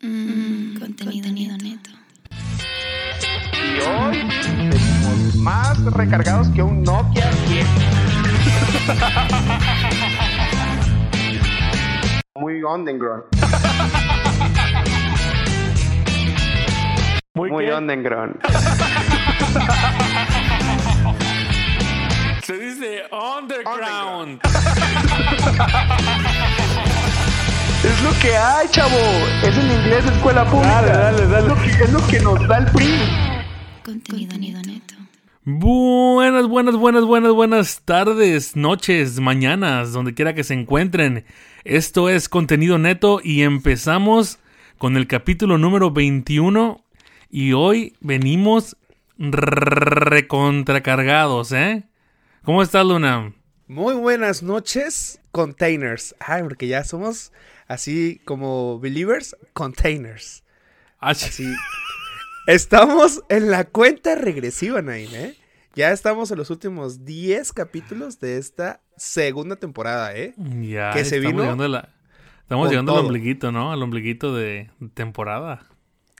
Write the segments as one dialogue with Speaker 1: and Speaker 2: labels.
Speaker 1: Contenido, Mm, Contenido neto.
Speaker 2: Y hoy venimos más recargados que un Nokia 10. Muy underground.
Speaker 3: Muy,
Speaker 2: Muy
Speaker 3: qué?
Speaker 2: underground.
Speaker 3: Se dice underground.
Speaker 2: Es lo que hay, chavo. Es en inglés, escuela pública.
Speaker 3: Dale, dale, dale.
Speaker 2: Es lo que, es lo que nos da el PRI.
Speaker 1: Contenido, neto.
Speaker 4: Buenas, buenas, buenas, buenas, buenas tardes, noches, mañanas, donde quiera que se encuentren. Esto es contenido neto y empezamos con el capítulo número 21 y hoy venimos recontracargados, ¿eh? ¿Cómo estás, Luna?
Speaker 5: Muy buenas noches, containers. Ay, porque ya somos así como believers, containers.
Speaker 4: Ah,
Speaker 5: Sí. Estamos en la cuenta regresiva, Naim, ¿eh? Ya estamos en los últimos 10 capítulos de esta segunda temporada, ¿eh?
Speaker 4: Ya,
Speaker 5: ¿Que se
Speaker 4: estamos
Speaker 5: vino?
Speaker 4: llegando, a la- estamos
Speaker 5: Con
Speaker 4: llegando al
Speaker 5: todo.
Speaker 4: ombliguito, ¿no? Al ombliguito de de temporada.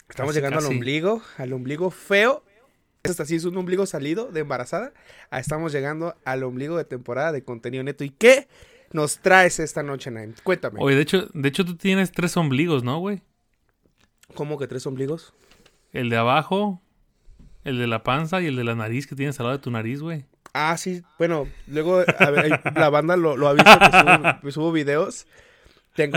Speaker 5: Estamos
Speaker 4: Casi,
Speaker 5: llegando
Speaker 4: casi.
Speaker 5: al ombligo, al ombligo feo. Este sí es un ombligo salido de embarazada. Ah, Estamos llegando al ombligo de temporada de contenido neto. ¿Y qué nos traes esta noche, Naim? Cuéntame.
Speaker 4: Oye, de hecho, de hecho tú tienes tres ombligos, ¿no, güey?
Speaker 5: ¿Cómo que tres ombligos?
Speaker 4: El de abajo, el de la panza y el de la nariz que tienes al lado de tu nariz, güey.
Speaker 5: Ah, sí. Bueno, luego a ver, ahí la banda lo, lo ha visto que subo, que subo videos. Tengo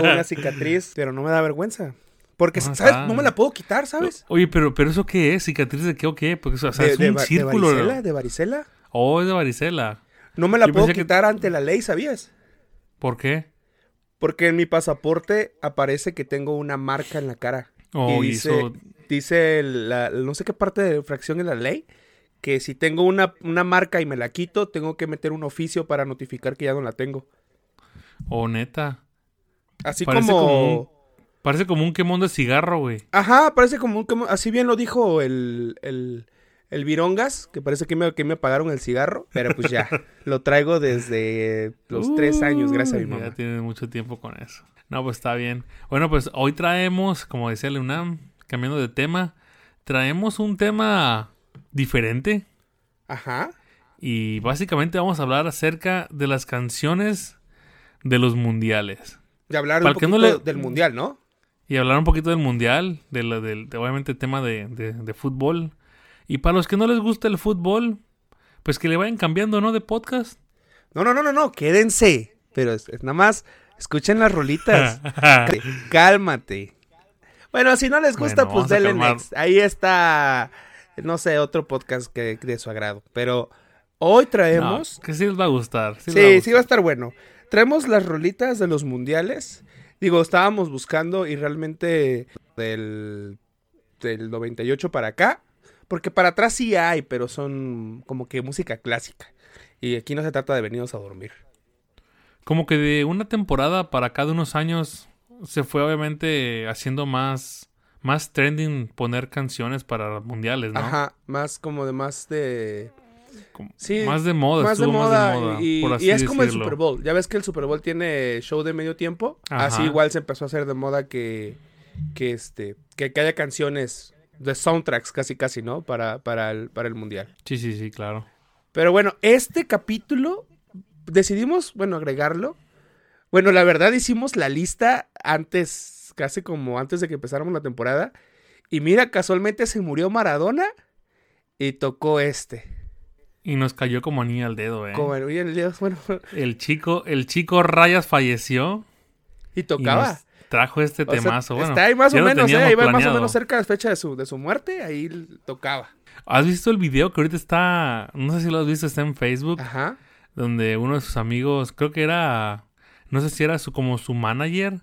Speaker 5: una cicatriz, pero no me da vergüenza. Porque,
Speaker 4: Ah,
Speaker 5: ¿sabes?
Speaker 4: está.
Speaker 5: No me la puedo quitar, ¿sabes?
Speaker 4: Oye, pero, pero ¿eso qué es? ¿Cicatriz de qué o qué? Porque, o sea,
Speaker 5: de,
Speaker 4: es
Speaker 5: de
Speaker 4: un
Speaker 5: va- de
Speaker 4: círculo.
Speaker 5: varicela, de varicela.
Speaker 4: Oh, es de varicela.
Speaker 5: No me la
Speaker 4: Yo
Speaker 5: puedo
Speaker 4: pensé que-
Speaker 5: quitar ante la ley, ¿sabías?
Speaker 4: ¿Por qué?
Speaker 5: Porque en mi pasaporte aparece que tengo una marca en la cara.
Speaker 4: Oh,
Speaker 5: y
Speaker 4: y
Speaker 5: dice,
Speaker 4: eso-
Speaker 5: dice la, no sé qué parte de fracción de la ley, que si tengo una, una marca y me la quito, tengo que meter un oficio para notificar que ya no la tengo.
Speaker 4: Oh, neta.
Speaker 5: Así
Speaker 4: Parece como
Speaker 5: como
Speaker 4: un- Parece como un quemón de cigarro, güey.
Speaker 5: Ajá, parece como un... como- así bien lo dijo el, el, el Virongas, que parece que me, que me apagaron el cigarro, pero pues ya, lo traigo desde los tres años, gracias a mi
Speaker 4: Uy, Ya
Speaker 5: mamá.
Speaker 4: tienes mucho tiempo con eso. No, pues está bien. Bueno, pues hoy traemos, como decía Leonam, cambiando de tema, traemos un tema diferente.
Speaker 5: Ajá.
Speaker 4: Y básicamente vamos a hablar acerca de las canciones de los mundiales.
Speaker 5: De hablar
Speaker 4: Para
Speaker 5: un
Speaker 4: el que
Speaker 5: poquito
Speaker 4: no le-
Speaker 5: del mundial, ¿no?
Speaker 4: Y hablar un poquito del mundial, de la- del, de- obviamente el tema de, de- de fútbol. Y para los que no les gusta el fútbol, pues que le vayan cambiando, ¿no? De podcast.
Speaker 5: No, no, no, no, no, quédense. Pero es, es nada más, escuchen las rolitas. Cálmate, Cálmate. Bueno, si no les gusta,
Speaker 4: Bueno,
Speaker 5: pues
Speaker 4: vamos a
Speaker 5: denle
Speaker 4: calmar.
Speaker 5: next. Ahí está, no sé, otro podcast que de su agrado. Pero hoy
Speaker 4: No,
Speaker 5: traemos...
Speaker 4: que sí les va a gustar. Sí, les va a
Speaker 5: Sí, sí
Speaker 4: gustar.
Speaker 5: va a estar bueno. Traemos las rolitas de los mundiales. Digo, estábamos buscando y realmente del, del 98 para acá. Porque para atrás sí hay, pero son como que música clásica. Y aquí no se trata de venirnos a dormir.
Speaker 4: Como que de una temporada para cada unos años se fue obviamente haciendo más, más trending poner canciones para mundiales, ¿no?
Speaker 5: Ajá, más como de más de...
Speaker 4: Como-
Speaker 5: Sí,
Speaker 4: más de moda,
Speaker 5: más de
Speaker 4: estuvo más
Speaker 5: moda.
Speaker 4: de moda,
Speaker 5: y
Speaker 4: por así
Speaker 5: y es como el
Speaker 4: decirlo.
Speaker 5: Super Bowl. Ya ves que el Super Bowl tiene show de medio tiempo.
Speaker 4: Ajá.
Speaker 5: Así igual se empezó a hacer de moda que, que este, que, que haya canciones de soundtracks casi casi, ¿no? Para, para, el, para el mundial.
Speaker 4: Sí, sí, sí, claro.
Speaker 5: Pero bueno, este capítulo decidimos, bueno, agregarlo. Bueno, la verdad hicimos la lista antes, casi como antes de que empezáramos la temporada. Y mira, casualmente se murió Maradona y tocó este.
Speaker 4: Y nos cayó como anillo al dedo, ¿eh?
Speaker 5: Como, oye, Dios, bueno,
Speaker 4: El chico, el chico Rayas falleció.
Speaker 5: y
Speaker 4: y
Speaker 5: tocaba.
Speaker 4: nos trajo este
Speaker 5: O sea,
Speaker 4: temazo. bueno,
Speaker 5: está ahí más o
Speaker 4: ya lo
Speaker 5: menos, ¿eh?
Speaker 4: teníamos
Speaker 5: Ahí va más o
Speaker 4: planeado.
Speaker 5: menos cerca de la fecha de su, de su muerte, ahí l- tocaba.
Speaker 4: ¿Has visto el video que ahorita está, no sé si lo has visto, está en Facebook,
Speaker 5: Ajá.
Speaker 4: donde uno de sus amigos, creo que era, no sé si era su como su manager,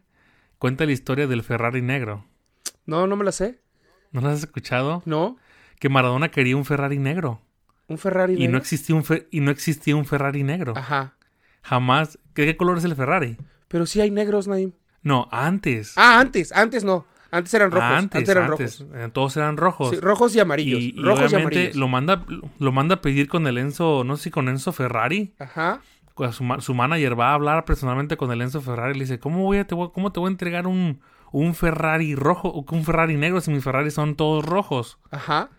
Speaker 4: cuenta la historia del Ferrari negro.
Speaker 5: No, no me la sé.
Speaker 4: ¿No lo has escuchado?
Speaker 5: No,
Speaker 4: Que Maradona quería un Ferrari negro
Speaker 5: un Ferrari
Speaker 4: y no
Speaker 5: negro. Ah.
Speaker 4: existía un Fe- y no existía un Ferrari negro.
Speaker 5: Ajá.
Speaker 4: Jamás. ¿Qué, qué color es el Ferrari?
Speaker 5: Pero sí hay negros, Naim.
Speaker 4: No, antes.
Speaker 5: Ah, antes, antes no. Antes eran rojos.
Speaker 4: Ah,
Speaker 5: antes, eran
Speaker 4: antes.
Speaker 5: rojos.
Speaker 4: Eh, Todos eran rojos.
Speaker 5: Sí, rojos y amarillos.
Speaker 4: y, y
Speaker 5: rojos y
Speaker 4: obviamente
Speaker 5: amarillos.
Speaker 4: lo manda, lo manda a pedir con el Enzo, no sé si con Enzo Ferrari. pues,
Speaker 5: Ajá.
Speaker 4: Con Su, ma- su manager va a hablar personalmente con el Enzo Ferrari y le dice, ¿cómo, voy a, te, voy, cómo te voy a entregar un, un Ferrari rojo, o un Ferrari negro, si mis Ferraris son todos rojos.
Speaker 5: Ajá.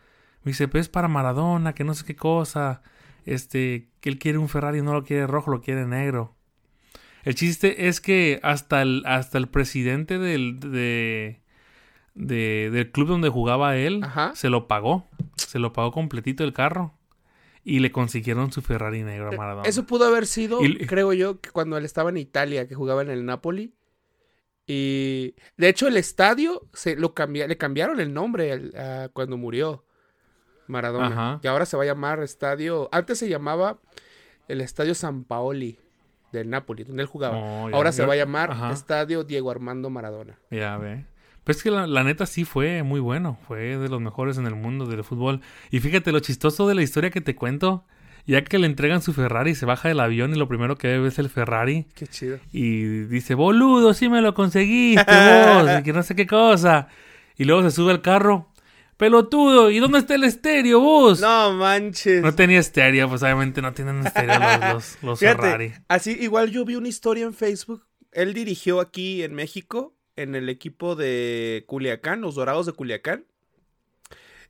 Speaker 4: Me dice, pues para Maradona, que no sé qué cosa. Este, que él quiere un Ferrari, no lo quiere rojo, lo quiere negro. El chiste es que hasta el, hasta el presidente del, de- de- del club donde jugaba él
Speaker 5: Ajá.
Speaker 4: se lo pagó. Se lo pagó completito el carro. Y le consiguieron su Ferrari negro a Maradona.
Speaker 5: Eh, Eso pudo haber sido,
Speaker 4: Y-
Speaker 5: creo yo, que cuando él estaba en Italia, que jugaba en el Napoli. Y de hecho, el estadio se lo cambia- le cambiaron el nombre al- a cuando murió Maradona.
Speaker 4: Ajá.
Speaker 5: Y ahora se va a llamar estadio. Antes se llamaba el Estadio San Paoli del Napoli, donde él jugaba.
Speaker 4: Oh, ya.
Speaker 5: ahora se va a llamar
Speaker 4: Ajá.
Speaker 5: Estadio Diego Armando Maradona.
Speaker 4: Ya ve. Pero es que la, la neta sí fue muy bueno. Fue de los mejores en el mundo del fútbol. Y fíjate, lo chistoso de la historia que te cuento. Ya que le entregan su Ferrari, se baja del avión y lo primero que ve es el Ferrari.
Speaker 5: Qué chido.
Speaker 4: Y dice, boludo, sí me lo conseguiste vos, y que no sé qué cosa. Y luego se sube al carro. Pelotudo, ¿y dónde está el estéreo vos? No,
Speaker 5: No manches.
Speaker 4: tenía estéreo, pues obviamente no tienen estéreo los, los, los
Speaker 5: Fíjate,
Speaker 4: Ferrari.
Speaker 5: así igual yo vi una historia en Facebook. Él dirigió aquí en México, en el equipo de Culiacán, los Dorados de Culiacán.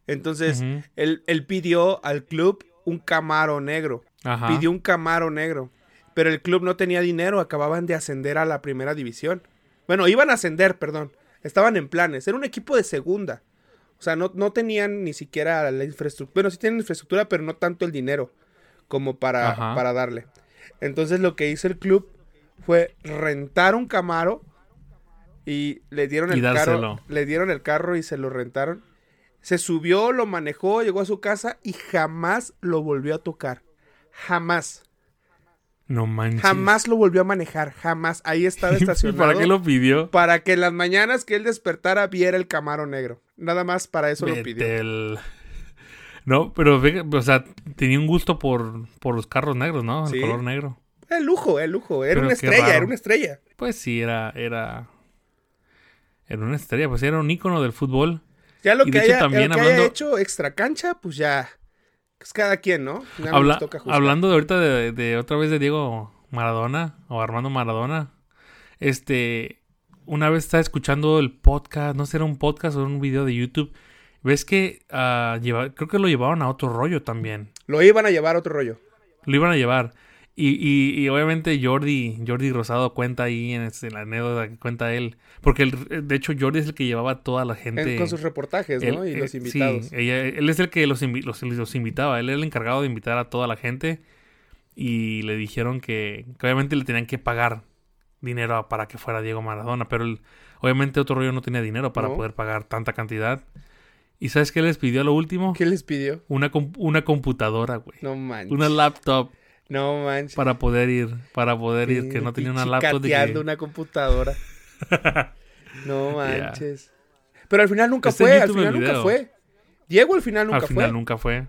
Speaker 5: Entonces,
Speaker 4: Ujú.
Speaker 5: él, él pidió al club un Camaro negro.
Speaker 4: Ajá.
Speaker 5: Pidió un Camaro negro. Pero el club no tenía dinero, acababan de ascender a la primera división. Bueno, iban a ascender, perdón. Estaban en planes. Era un equipo de segunda. O sea, no, no tenían ni siquiera la infraestructura. Bueno, sí tienen infraestructura, pero no tanto el dinero como para,
Speaker 4: Ajá.
Speaker 5: para darle. Entonces lo que hizo el club fue rentar un Camaro y le dieron
Speaker 4: Y
Speaker 5: el carro.
Speaker 4: dárselo.
Speaker 5: Le dieron el carro y se lo rentaron. Se subió, lo manejó, llegó a su casa y jamás lo volvió a tocar. Jamás.
Speaker 4: No manches.
Speaker 5: Jamás lo volvió a manejar. Jamás. Ahí estaba
Speaker 4: ¿Y
Speaker 5: estacionado.
Speaker 4: ¿Para qué lo pidió?
Speaker 5: Para que en las mañanas que él despertara viera el Camaro negro. Nada más para eso lo
Speaker 4: Vete
Speaker 5: pidió.
Speaker 4: el- No, pero, ve- o sea, tenía un gusto por, por los carros negros, ¿no? El
Speaker 5: Sí.
Speaker 4: color negro.
Speaker 5: El lujo, el lujo. Era
Speaker 4: Pero
Speaker 5: una
Speaker 4: qué
Speaker 5: estrella,
Speaker 4: raro.
Speaker 5: era una estrella.
Speaker 4: Pues sí, era, era... Era una estrella, pues era un ícono del fútbol.
Speaker 5: Ya lo
Speaker 4: Y
Speaker 5: que,
Speaker 4: de hecho,
Speaker 5: haya,
Speaker 4: también
Speaker 5: lo que haya
Speaker 4: hablando-
Speaker 5: hecho extra cancha, pues ya. Es cada quien, ¿no? Ya no
Speaker 4: Habla-
Speaker 5: nos toca juzgar.
Speaker 4: hablando de ahorita de, de otra vez de Diego Maradona o Armando Maradona, este, una vez estaba escuchando el podcast, no sé, era un podcast o era un video de YouTube, ves que ah, lleva- creo que lo llevaron a otro rollo también,
Speaker 5: Lo iban a llevar a otro rollo.
Speaker 4: lo iban a llevar. Y, y- y obviamente Jordi, Jordi Rosado cuenta ahí en, este- en la anécdota que cuenta él, porque el- de hecho Jordi es el que llevaba a toda la
Speaker 5: En-
Speaker 4: gente.
Speaker 5: con sus reportajes, ¿no?
Speaker 4: Él,
Speaker 5: Y
Speaker 4: eh,
Speaker 5: los
Speaker 4: sí,
Speaker 5: invitados.
Speaker 4: ella- él es el que los, invi- los- los invitaba. Él era el encargado de invitar a toda la gente. Y le dijeron que, que obviamente le tenían que pagar dinero a- para que fuera Diego Maradona. Pero él- obviamente otro rollo no tenía dinero para
Speaker 5: No.
Speaker 4: poder pagar tanta cantidad. ¿Y sabes qué les pidió a lo último?
Speaker 5: ¿Qué les pidió?
Speaker 4: Una, com- una computadora, güey.
Speaker 5: No manches.
Speaker 4: Una laptop
Speaker 5: No manches.
Speaker 4: para poder ir. Para poder ir. Que no tenía una laptop. de que-
Speaker 5: Cateando una computadora. no
Speaker 4: Yeah.
Speaker 5: manches. Pero al final nunca
Speaker 4: Está en
Speaker 5: fue, al
Speaker 4: YouTube el
Speaker 5: final nunca
Speaker 4: video.
Speaker 5: fue. Diego al final nunca
Speaker 4: al final
Speaker 5: fue.
Speaker 4: nunca fue.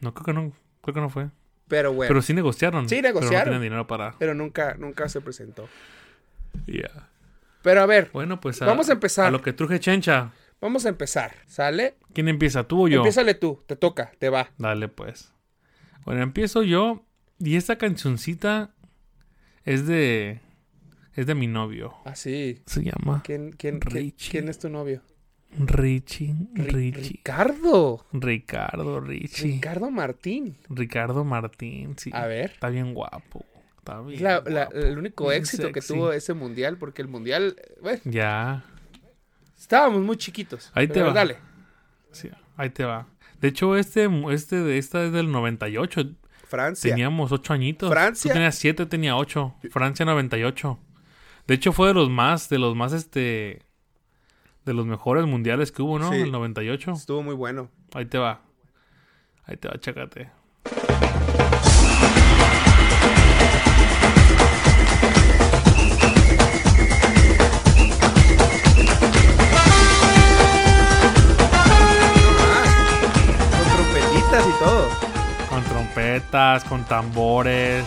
Speaker 4: No, creo que no. Creo que no fue.
Speaker 5: Pero bueno.
Speaker 4: Pero
Speaker 5: Pero,
Speaker 4: sí negociaron.
Speaker 5: Sí
Speaker 4: Pero
Speaker 5: negociaron.
Speaker 4: no tenían dinero para.
Speaker 5: nunca, nunca se presentó.
Speaker 4: Ya.
Speaker 5: Pero a ver,
Speaker 4: Bueno, pues
Speaker 5: Vamos a empezar.
Speaker 4: A lo que truje Chencha.
Speaker 5: vamos a empezar. ¿Sale?
Speaker 4: ¿Quién empieza? ¿Tú o yo?
Speaker 5: Empiézale tú, te toca, te va.
Speaker 4: Dale, pues. Bueno, empiezo yo. Y esta cancioncita es de. Es de mi novio.
Speaker 5: Así.
Speaker 4: Se llama
Speaker 5: Ah, ¿Quién, quién, quién-
Speaker 4: Richie.
Speaker 5: quién es tu novio?
Speaker 4: Richie.
Speaker 5: Ri-
Speaker 4: Richie.
Speaker 5: Ricardo.
Speaker 4: Ricardo Richie.
Speaker 5: Ricardo Martín.
Speaker 4: Ricardo Martín, sí.
Speaker 5: A ver.
Speaker 4: Está bien guapo. Está bien.
Speaker 5: Es la- la-
Speaker 4: guapo.
Speaker 5: el único
Speaker 4: Bien
Speaker 5: éxito que
Speaker 4: sexy.
Speaker 5: tuvo ese mundial, porque el mundial, eh, bueno,
Speaker 4: Ya.
Speaker 5: estábamos muy chiquitos.
Speaker 4: Ahí te
Speaker 5: Pero
Speaker 4: va.
Speaker 5: Dale.
Speaker 4: Sí, ahí te va. De hecho, este, este, de- esta es del 98.
Speaker 5: Francia.
Speaker 4: Teníamos ocho añitos.
Speaker 5: Francia.
Speaker 4: Tú tenías siete, tenía ocho. Francia 98. De hecho, fue de los más, de los más, este, de los mejores mundiales que hubo, ¿no?
Speaker 5: Sí.
Speaker 4: El 98.
Speaker 5: Estuvo muy bueno.
Speaker 4: Ahí te va. Ahí te va, chécate.
Speaker 5: Con trompetitas y todo.
Speaker 4: Con trompetas, con tambores.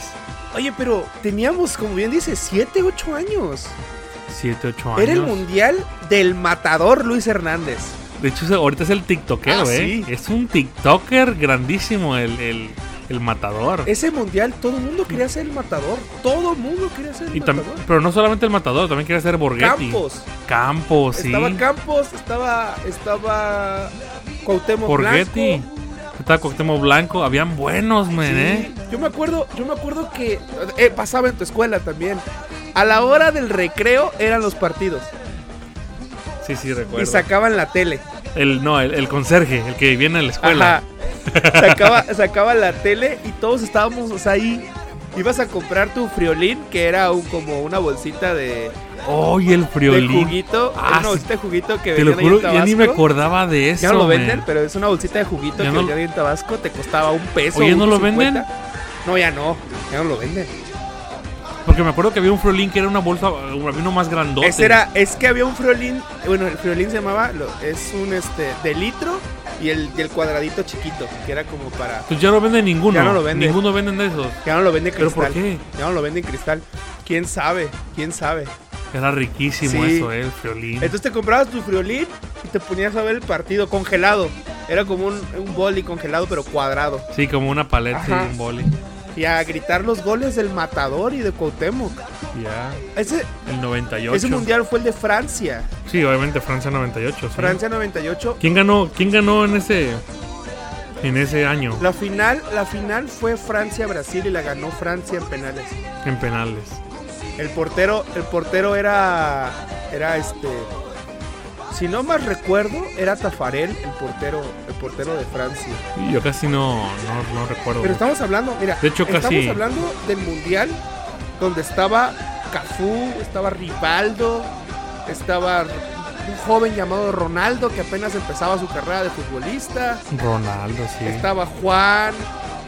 Speaker 5: Oye, pero teníamos, como bien dice, 7, 8 años.
Speaker 4: Siete, ocho años.
Speaker 5: Era el mundial del matador Luis Hernández.
Speaker 4: De hecho, ahorita es el tiktokero,
Speaker 5: Ah,
Speaker 4: ¿eh?
Speaker 5: sí.
Speaker 4: Es un tiktoker grandísimo el, el, El matador.
Speaker 5: Ese mundial, todo el mundo quería ser el matador. Todo el mundo quería ser el
Speaker 4: Y tam-
Speaker 5: matador.
Speaker 4: pero no solamente el matador, también quería ser Borghetti.
Speaker 5: Campos.
Speaker 4: Campos, sí.
Speaker 5: Estaba Campos, estaba. Estaba. Cuauhtémoc
Speaker 4: Borghetti.
Speaker 5: Blanco.
Speaker 4: Estaba Cuauhtémoc Blanco. Habían buenos, men, ¿eh?
Speaker 5: Yo me acuerdo, yo me acuerdo que eh, pasaba en tu escuela también. A la hora del recreo eran los partidos
Speaker 4: Sí, sí, recuerdo.
Speaker 5: y sacaban la tele.
Speaker 4: El, no, el, el conserje, el que viene a la escuela.
Speaker 5: Ajá. Sacaba, sacaba la tele y todos estábamos o sea, ahí. Ibas a comprar tu friolín, que era un- como una bolsita de,
Speaker 4: Oh, y el
Speaker 5: de
Speaker 4: friolín.
Speaker 5: juguito.
Speaker 4: Ah,
Speaker 5: no,
Speaker 4: sí.
Speaker 5: este juguito que
Speaker 4: Te lo
Speaker 5: vendían ahí en
Speaker 4: juro, ya ni me
Speaker 5: Tabasco.
Speaker 4: acordaba de eso.
Speaker 5: Ya no lo
Speaker 4: men.
Speaker 5: venden, pero es una bolsita de juguito
Speaker 4: Ya
Speaker 5: que
Speaker 4: no-
Speaker 5: vendía ahí en Tabasco, te costaba un peso.
Speaker 4: ¿O ya no lo
Speaker 5: $1.50.
Speaker 4: venden?
Speaker 5: No, ya no, ya no lo venden.
Speaker 4: Porque me acuerdo que había un friolín que era una bolsa, un vino más grandote.
Speaker 5: Ese era, es que había un friolín, bueno, el friolín se llamaba, lo- es un este, de litro y el, y el cuadradito chiquito, que era como para...
Speaker 4: Pues ya no venden ninguno.
Speaker 5: Ya no lo venden.
Speaker 4: Ninguno venden de esos.
Speaker 5: Ya no lo vende
Speaker 4: ¿Pero
Speaker 5: cristal.
Speaker 4: por qué?
Speaker 5: Ya no lo vende en cristal. ¿Quién sabe? ¿Quién sabe?
Speaker 4: Era riquísimo
Speaker 5: Sí.
Speaker 4: eso, eh, el friolín.
Speaker 5: Entonces te comprabas tu friolín y te ponías a ver el partido congelado. Era como un, un boli congelado, pero cuadrado.
Speaker 4: Sí, como una paleta y
Speaker 5: Ajá.
Speaker 4: un boli.
Speaker 5: Y a gritar los goles del Matador y de Cuauhtémoc.
Speaker 4: Ya.
Speaker 5: Ese,
Speaker 4: El 98.
Speaker 5: ese mundial fue el de Francia.
Speaker 4: Sí, obviamente Francia 98. sí.
Speaker 5: Francia 98.
Speaker 4: ¿Quién ganó? ¿Quién ganó en ese en ese año
Speaker 5: La final, la final fue Francia-Brasil y la ganó Francia en penales.
Speaker 4: en penales?
Speaker 5: El portero, el portero era. Era este. Si no más recuerdo, era Tafarel, el portero, el portero de Francia.
Speaker 4: Y Yo casi no no, no recuerdo.
Speaker 5: Pero estamos hablando, mira,
Speaker 4: De hecho,
Speaker 5: estamos
Speaker 4: casi-
Speaker 5: hablando del mundial donde estaba Cafú, estaba Rivaldo, estaba un joven llamado Ronaldo que apenas empezaba su carrera de futbolista,
Speaker 4: Ronaldo, sí.
Speaker 5: estaba Juan,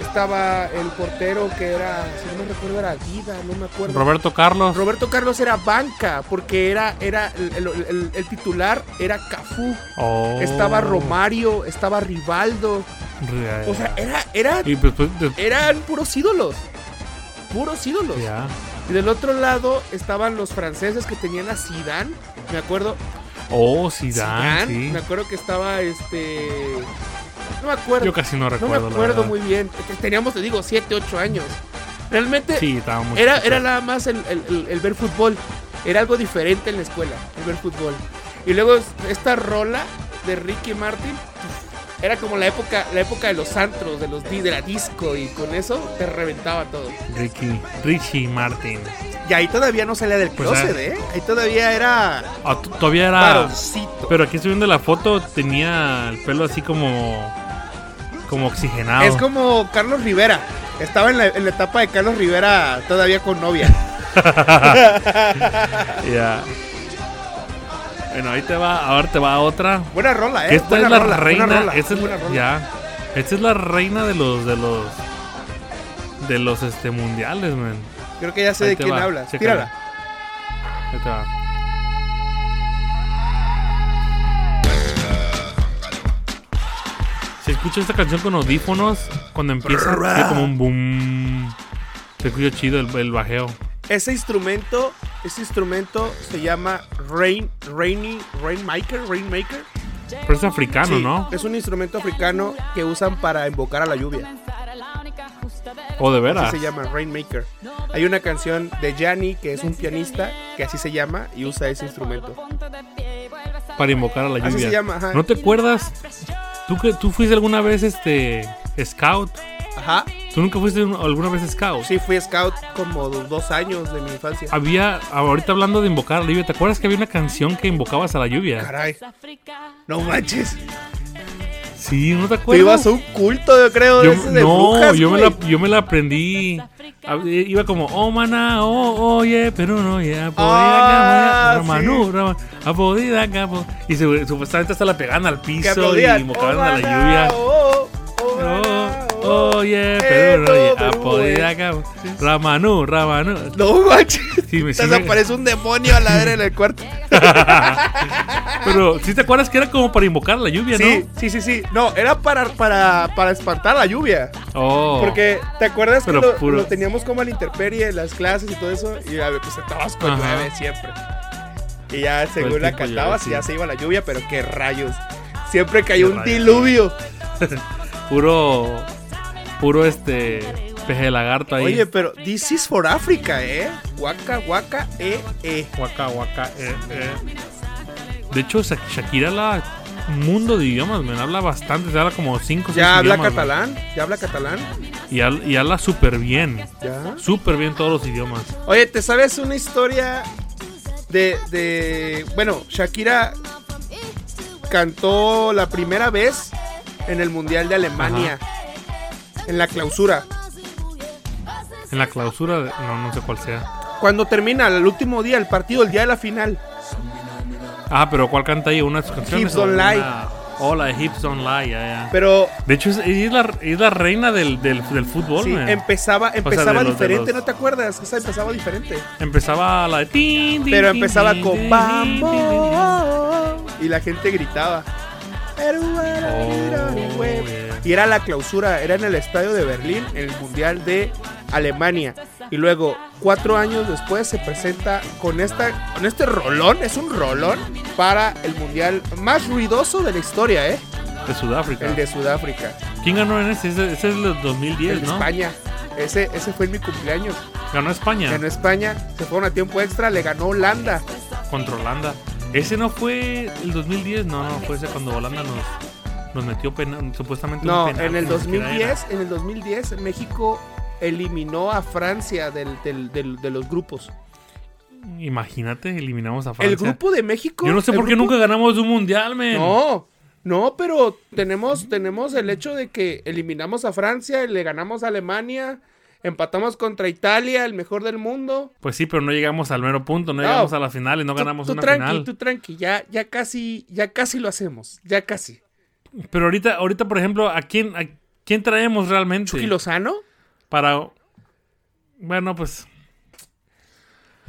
Speaker 5: estaba el portero que era, si no me recuerdo era Guida, no me acuerdo.
Speaker 4: Roberto Carlos.
Speaker 5: Roberto Carlos era banca porque era era el, el- el- el titular era Cafú,
Speaker 4: Oh.
Speaker 5: estaba Romario, estaba Rivaldo,
Speaker 4: Re-
Speaker 5: o sea, era era
Speaker 4: y pues, pues, de-
Speaker 5: eran puros ídolos. Puros ídolos.
Speaker 4: ya.
Speaker 5: Y del otro lado estaban los franceses que tenían a Zidane. Me acuerdo.
Speaker 4: Oh, Zidane,
Speaker 5: Zidane,
Speaker 4: sí.
Speaker 5: Me acuerdo que estaba este. No me acuerdo.
Speaker 4: Yo casi no
Speaker 5: no
Speaker 4: recuerdo.
Speaker 5: me
Speaker 4: la
Speaker 5: acuerdo
Speaker 4: verdad.
Speaker 5: muy bien. Teníamos, te digo, 7, 8 años. Realmente
Speaker 4: Sí, estaba muy
Speaker 5: era,
Speaker 4: chiquito.
Speaker 5: era nada más el, el- el- el ver fútbol. Era algo diferente en la escuela, el ver fútbol. Y luego esta rola de Ricky Martin pues, era como la época, la época de los antros, de los di- de la disco, y con eso te reventaba todo.
Speaker 4: Ricky, Richie Martin.
Speaker 5: Y ahí todavía no salía del
Speaker 4: Pues, ah.
Speaker 5: closet, ¿eh? Ahí todavía era
Speaker 4: Ah, t- todavía era.
Speaker 5: varoncito.
Speaker 4: Pero aquí estoy viendo la foto, tenía el pelo así como. como oxigenado.
Speaker 5: Es como Carlos Rivera. Estaba en la, en la etapa de Carlos Rivera todavía con novia.
Speaker 4: Ya. Bueno, ahí te va, ahora te va otra.
Speaker 5: Buena rola,
Speaker 4: Que
Speaker 5: ¿eh?
Speaker 4: esta
Speaker 5: Buena
Speaker 4: es la
Speaker 5: rola, buena
Speaker 4: reina.
Speaker 5: rola,
Speaker 4: esta es
Speaker 5: buena
Speaker 4: la,
Speaker 5: rola.
Speaker 4: ya. Esta es la reina de los. de los. de los este mundiales, man.
Speaker 5: Creo que ya sé
Speaker 4: ah, Ahí
Speaker 5: de
Speaker 4: te
Speaker 5: quién
Speaker 4: va,
Speaker 5: hablas.
Speaker 4: chécala.
Speaker 5: Tírala.
Speaker 4: Ahí te va. Si escucho esta canción con audífonos, cuando empieza, es como un boom. Te escucho chido el, el bajeo.
Speaker 5: Ese instrumento, ese instrumento se llama Rain, Rainy, Rainmaker, Rainmaker.
Speaker 4: Pero es africano,
Speaker 5: Sí,
Speaker 4: Ah, ¿no?
Speaker 5: Es un instrumento africano que usan para invocar a la lluvia.
Speaker 4: O de
Speaker 5: Así
Speaker 4: veras.
Speaker 5: se llama Rainmaker. Hay una canción de Gianni que es un pianista que así se llama y usa ese instrumento.
Speaker 4: Para invocar a la
Speaker 5: Así
Speaker 4: lluvia.
Speaker 5: se llama, ajá.
Speaker 4: ¿No te acuerdas? ¿Tú, que, ¿Tú fuiste alguna vez este scout?
Speaker 5: Ajá.
Speaker 4: ¿Tú nunca fuiste un- alguna vez scout?
Speaker 5: Sí, fui scout como dos- dos años de mi infancia.
Speaker 4: Había, ahorita hablando de invocar a la lluvia, ¿te acuerdas que había una canción que invocabas a la lluvia?
Speaker 5: Caray. No manches.
Speaker 4: Sí, ¿no te
Speaker 5: Te
Speaker 4: acuerdas?
Speaker 5: ibas a un culto, yo creo, de
Speaker 4: Yo-
Speaker 5: ese de
Speaker 4: no,
Speaker 5: brujas,
Speaker 4: yo, me
Speaker 5: güey.
Speaker 4: la, yo me la aprendí. A- eh, Iba como, oh, maná, oh, oye, pero no, ya, podida,
Speaker 5: Ah, sí.
Speaker 4: Ramanu, apodida, capo. Y se- supuestamente hasta la pegaban al
Speaker 5: Que
Speaker 4: piso y
Speaker 5: aplaudían.
Speaker 4: invocaban
Speaker 5: Oh,
Speaker 4: a la
Speaker 5: maná,
Speaker 4: lluvia.
Speaker 5: oh, oh, maná,
Speaker 4: Oh,
Speaker 5: oh.
Speaker 4: oye,
Speaker 5: Eh,
Speaker 4: pero no,
Speaker 5: no,
Speaker 4: ya, ah,
Speaker 5: Perú,
Speaker 4: apodida, capo. Ramanu, Ramanu.
Speaker 5: No manches.
Speaker 4: Sí, me- sí
Speaker 5: Te
Speaker 4: me-
Speaker 5: aparece un demonio a la vera en el cuarto.
Speaker 4: Pero, si te acuerdas que era como para invocar la lluvia,
Speaker 5: Sí,
Speaker 4: no?
Speaker 5: sí, sí, sí. No, era para, para, para espantar la lluvia.
Speaker 4: Oh.
Speaker 5: Porque, ¿te acuerdas
Speaker 4: Pero
Speaker 5: que lo,
Speaker 4: puro.
Speaker 5: lo teníamos como al interperie, las clases y todo eso? Y a ver, pues en Tabasco
Speaker 4: Ajá.
Speaker 5: llueve siempre. Y ya
Speaker 4: Todo
Speaker 5: según
Speaker 4: el
Speaker 5: la
Speaker 4: tiempo llueve,
Speaker 5: cantabas,
Speaker 4: sí.
Speaker 5: ya se iba la lluvia, pero qué rayos. Siempre caía
Speaker 4: Qué
Speaker 5: un
Speaker 4: rayos,
Speaker 5: diluvio.
Speaker 4: puro Puro este peje de lagarto ahí.
Speaker 5: Oye, pero This is for Africa, ¿eh? Waka, waka, eh, eh.
Speaker 4: Guaca, guaca, eh, eh. De hecho, Sha- Shakira habla un mundo de idiomas, me habla bastante, se habla como cinco o
Speaker 5: ¿Ya
Speaker 4: seis
Speaker 5: habla
Speaker 4: idiomas, men.
Speaker 5: catalán? ¿Ya habla catalán?
Speaker 4: Y, hab- y habla súper bien,
Speaker 5: ¿Ya?
Speaker 4: súper bien todos los idiomas.
Speaker 5: Oye, ¿te sabes una historia de, de... Bueno, Shakira cantó la primera vez en el Mundial de Alemania, en la clausura.
Speaker 4: En la clausura, de- no, no sé cuál sea.
Speaker 5: Cuando termina el último día, el partido, el día de la final.
Speaker 4: Ah, pero ¿cuál canta ahí? ¿Una de sus canciones?
Speaker 5: Hips Don't Lie.
Speaker 4: Hola, Hips Don't Lie, ya, ya.
Speaker 5: Pero
Speaker 4: De hecho, es, es la, es la reina del, del, del fútbol,
Speaker 5: sí,
Speaker 4: men.
Speaker 5: empezaba, empezaba
Speaker 4: los- de
Speaker 5: diferente,
Speaker 4: los-
Speaker 5: ¿no te acuerdas? Esa empezaba diferente.
Speaker 4: Empezaba la de... tin, tin,
Speaker 5: Pero
Speaker 4: tin,
Speaker 5: empezaba
Speaker 4: tin, tin,
Speaker 5: con
Speaker 4: tin,
Speaker 5: vamos y la gente gritaba. Pero bueno, mira,
Speaker 4: Oh,
Speaker 5: güey.
Speaker 4: yeah.
Speaker 5: Y era la clausura, era en el estadio de Berlín, en el Mundial de Alemania. Y luego, cuatro años después, se presenta con, esta, con este rolón, es un rolón, para el Mundial más ruidoso de la historia, ¿eh?
Speaker 4: De Sudáfrica.
Speaker 5: El de Sudáfrica,
Speaker 4: ¿Quién ganó en ese? Ese, ese es el 2010,
Speaker 5: el de
Speaker 4: ¿no?
Speaker 5: España. Ese, ese fue en mi cumpleaños.
Speaker 4: Ganó España
Speaker 5: Ganó España, se fueron a tiempo extra, le ganó Holanda.
Speaker 4: contra Holanda. Ese no fue el 2010, no, no, fue ese cuando Holanda nos, nos metió pena, supuestamente un
Speaker 5: No,
Speaker 4: penal,
Speaker 5: en el
Speaker 4: como siquiera era.
Speaker 5: 2010, en el 2010 México eliminó a Francia del- del- del- de los grupos.
Speaker 4: Imagínate, eliminamos a Francia.
Speaker 5: El grupo de México.
Speaker 4: Yo no sé
Speaker 5: el
Speaker 4: por qué
Speaker 5: grupo-
Speaker 4: nunca ganamos un mundial, men.
Speaker 5: No, no, pero tenemos, tenemos el hecho de que eliminamos a Francia, le ganamos a Alemania, empatamos contra Italia, el mejor del mundo.
Speaker 4: Pues sí, pero no llegamos al mero punto, no,
Speaker 5: No.
Speaker 4: llegamos a la final y no
Speaker 5: Tú-
Speaker 4: ganamos
Speaker 5: tú,
Speaker 4: una
Speaker 5: tranqui,
Speaker 4: final.
Speaker 5: Tú tranqui, ya, ya casi, ya casi lo hacemos, ya casi.
Speaker 4: Pero ahorita, ahorita, por ejemplo, ¿a quién, a quién traemos realmente?
Speaker 5: Chucky Lozano.
Speaker 4: Para. Bueno, pues.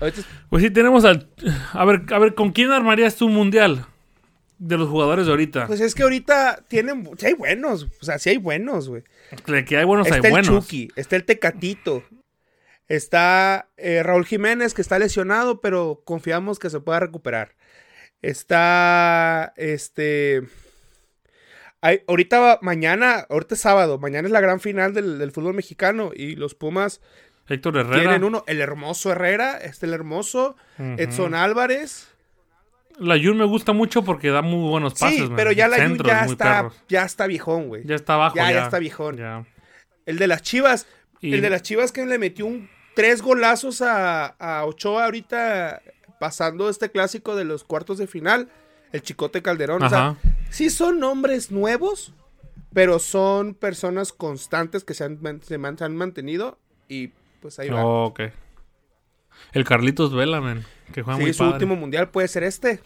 Speaker 5: ahorita-
Speaker 4: Pues sí, tenemos al. A ver, a ver, ¿con quién armarías tu mundial? De los jugadores de ahorita.
Speaker 5: Pues es que ahorita tienen, sí hay buenos, o sea, sí hay buenos, güey.
Speaker 4: De que hay buenos,
Speaker 5: está
Speaker 4: hay
Speaker 5: el
Speaker 4: pues buenos.
Speaker 5: Chucky, está el Tecatito, está eh, Raúl Jiménez que está lesionado, pero confiamos que se pueda recuperar. Está este. hay- ahorita, va- mañana, ahorita es sábado, mañana es la gran final del, del fútbol mexicano y los Pumas
Speaker 4: Héctor Herrera.
Speaker 5: tienen uno, el hermoso Herrera, este el hermoso,
Speaker 4: Ujú.
Speaker 5: Edson Álvarez.
Speaker 4: La Jun me gusta mucho porque da muy buenos pases.
Speaker 5: sí,
Speaker 4: men.
Speaker 5: pero ya la Jun
Speaker 4: Centros
Speaker 5: ya
Speaker 4: muy
Speaker 5: está,
Speaker 4: perros.
Speaker 5: ya está viejón, güey.
Speaker 4: Ya está abajo.
Speaker 5: Ya,
Speaker 4: Ya,
Speaker 5: ya está viejón.
Speaker 4: ya.
Speaker 5: El de las Chivas.
Speaker 4: Y-
Speaker 5: El de las Chivas que le metió un tres golazos a, a Ochoa ahorita pasando este clásico de los cuartos de final. El Chicote Calderón. O
Speaker 4: Ajá.
Speaker 5: sea, sí son nombres nuevos, pero son personas constantes que se han, man- se man- se han mantenido y pues ahí va.
Speaker 4: Oh, ok. El Carlitos Vela, men. Que juega
Speaker 5: Sí,
Speaker 4: muy
Speaker 5: su
Speaker 4: padre.
Speaker 5: último mundial puede ser este.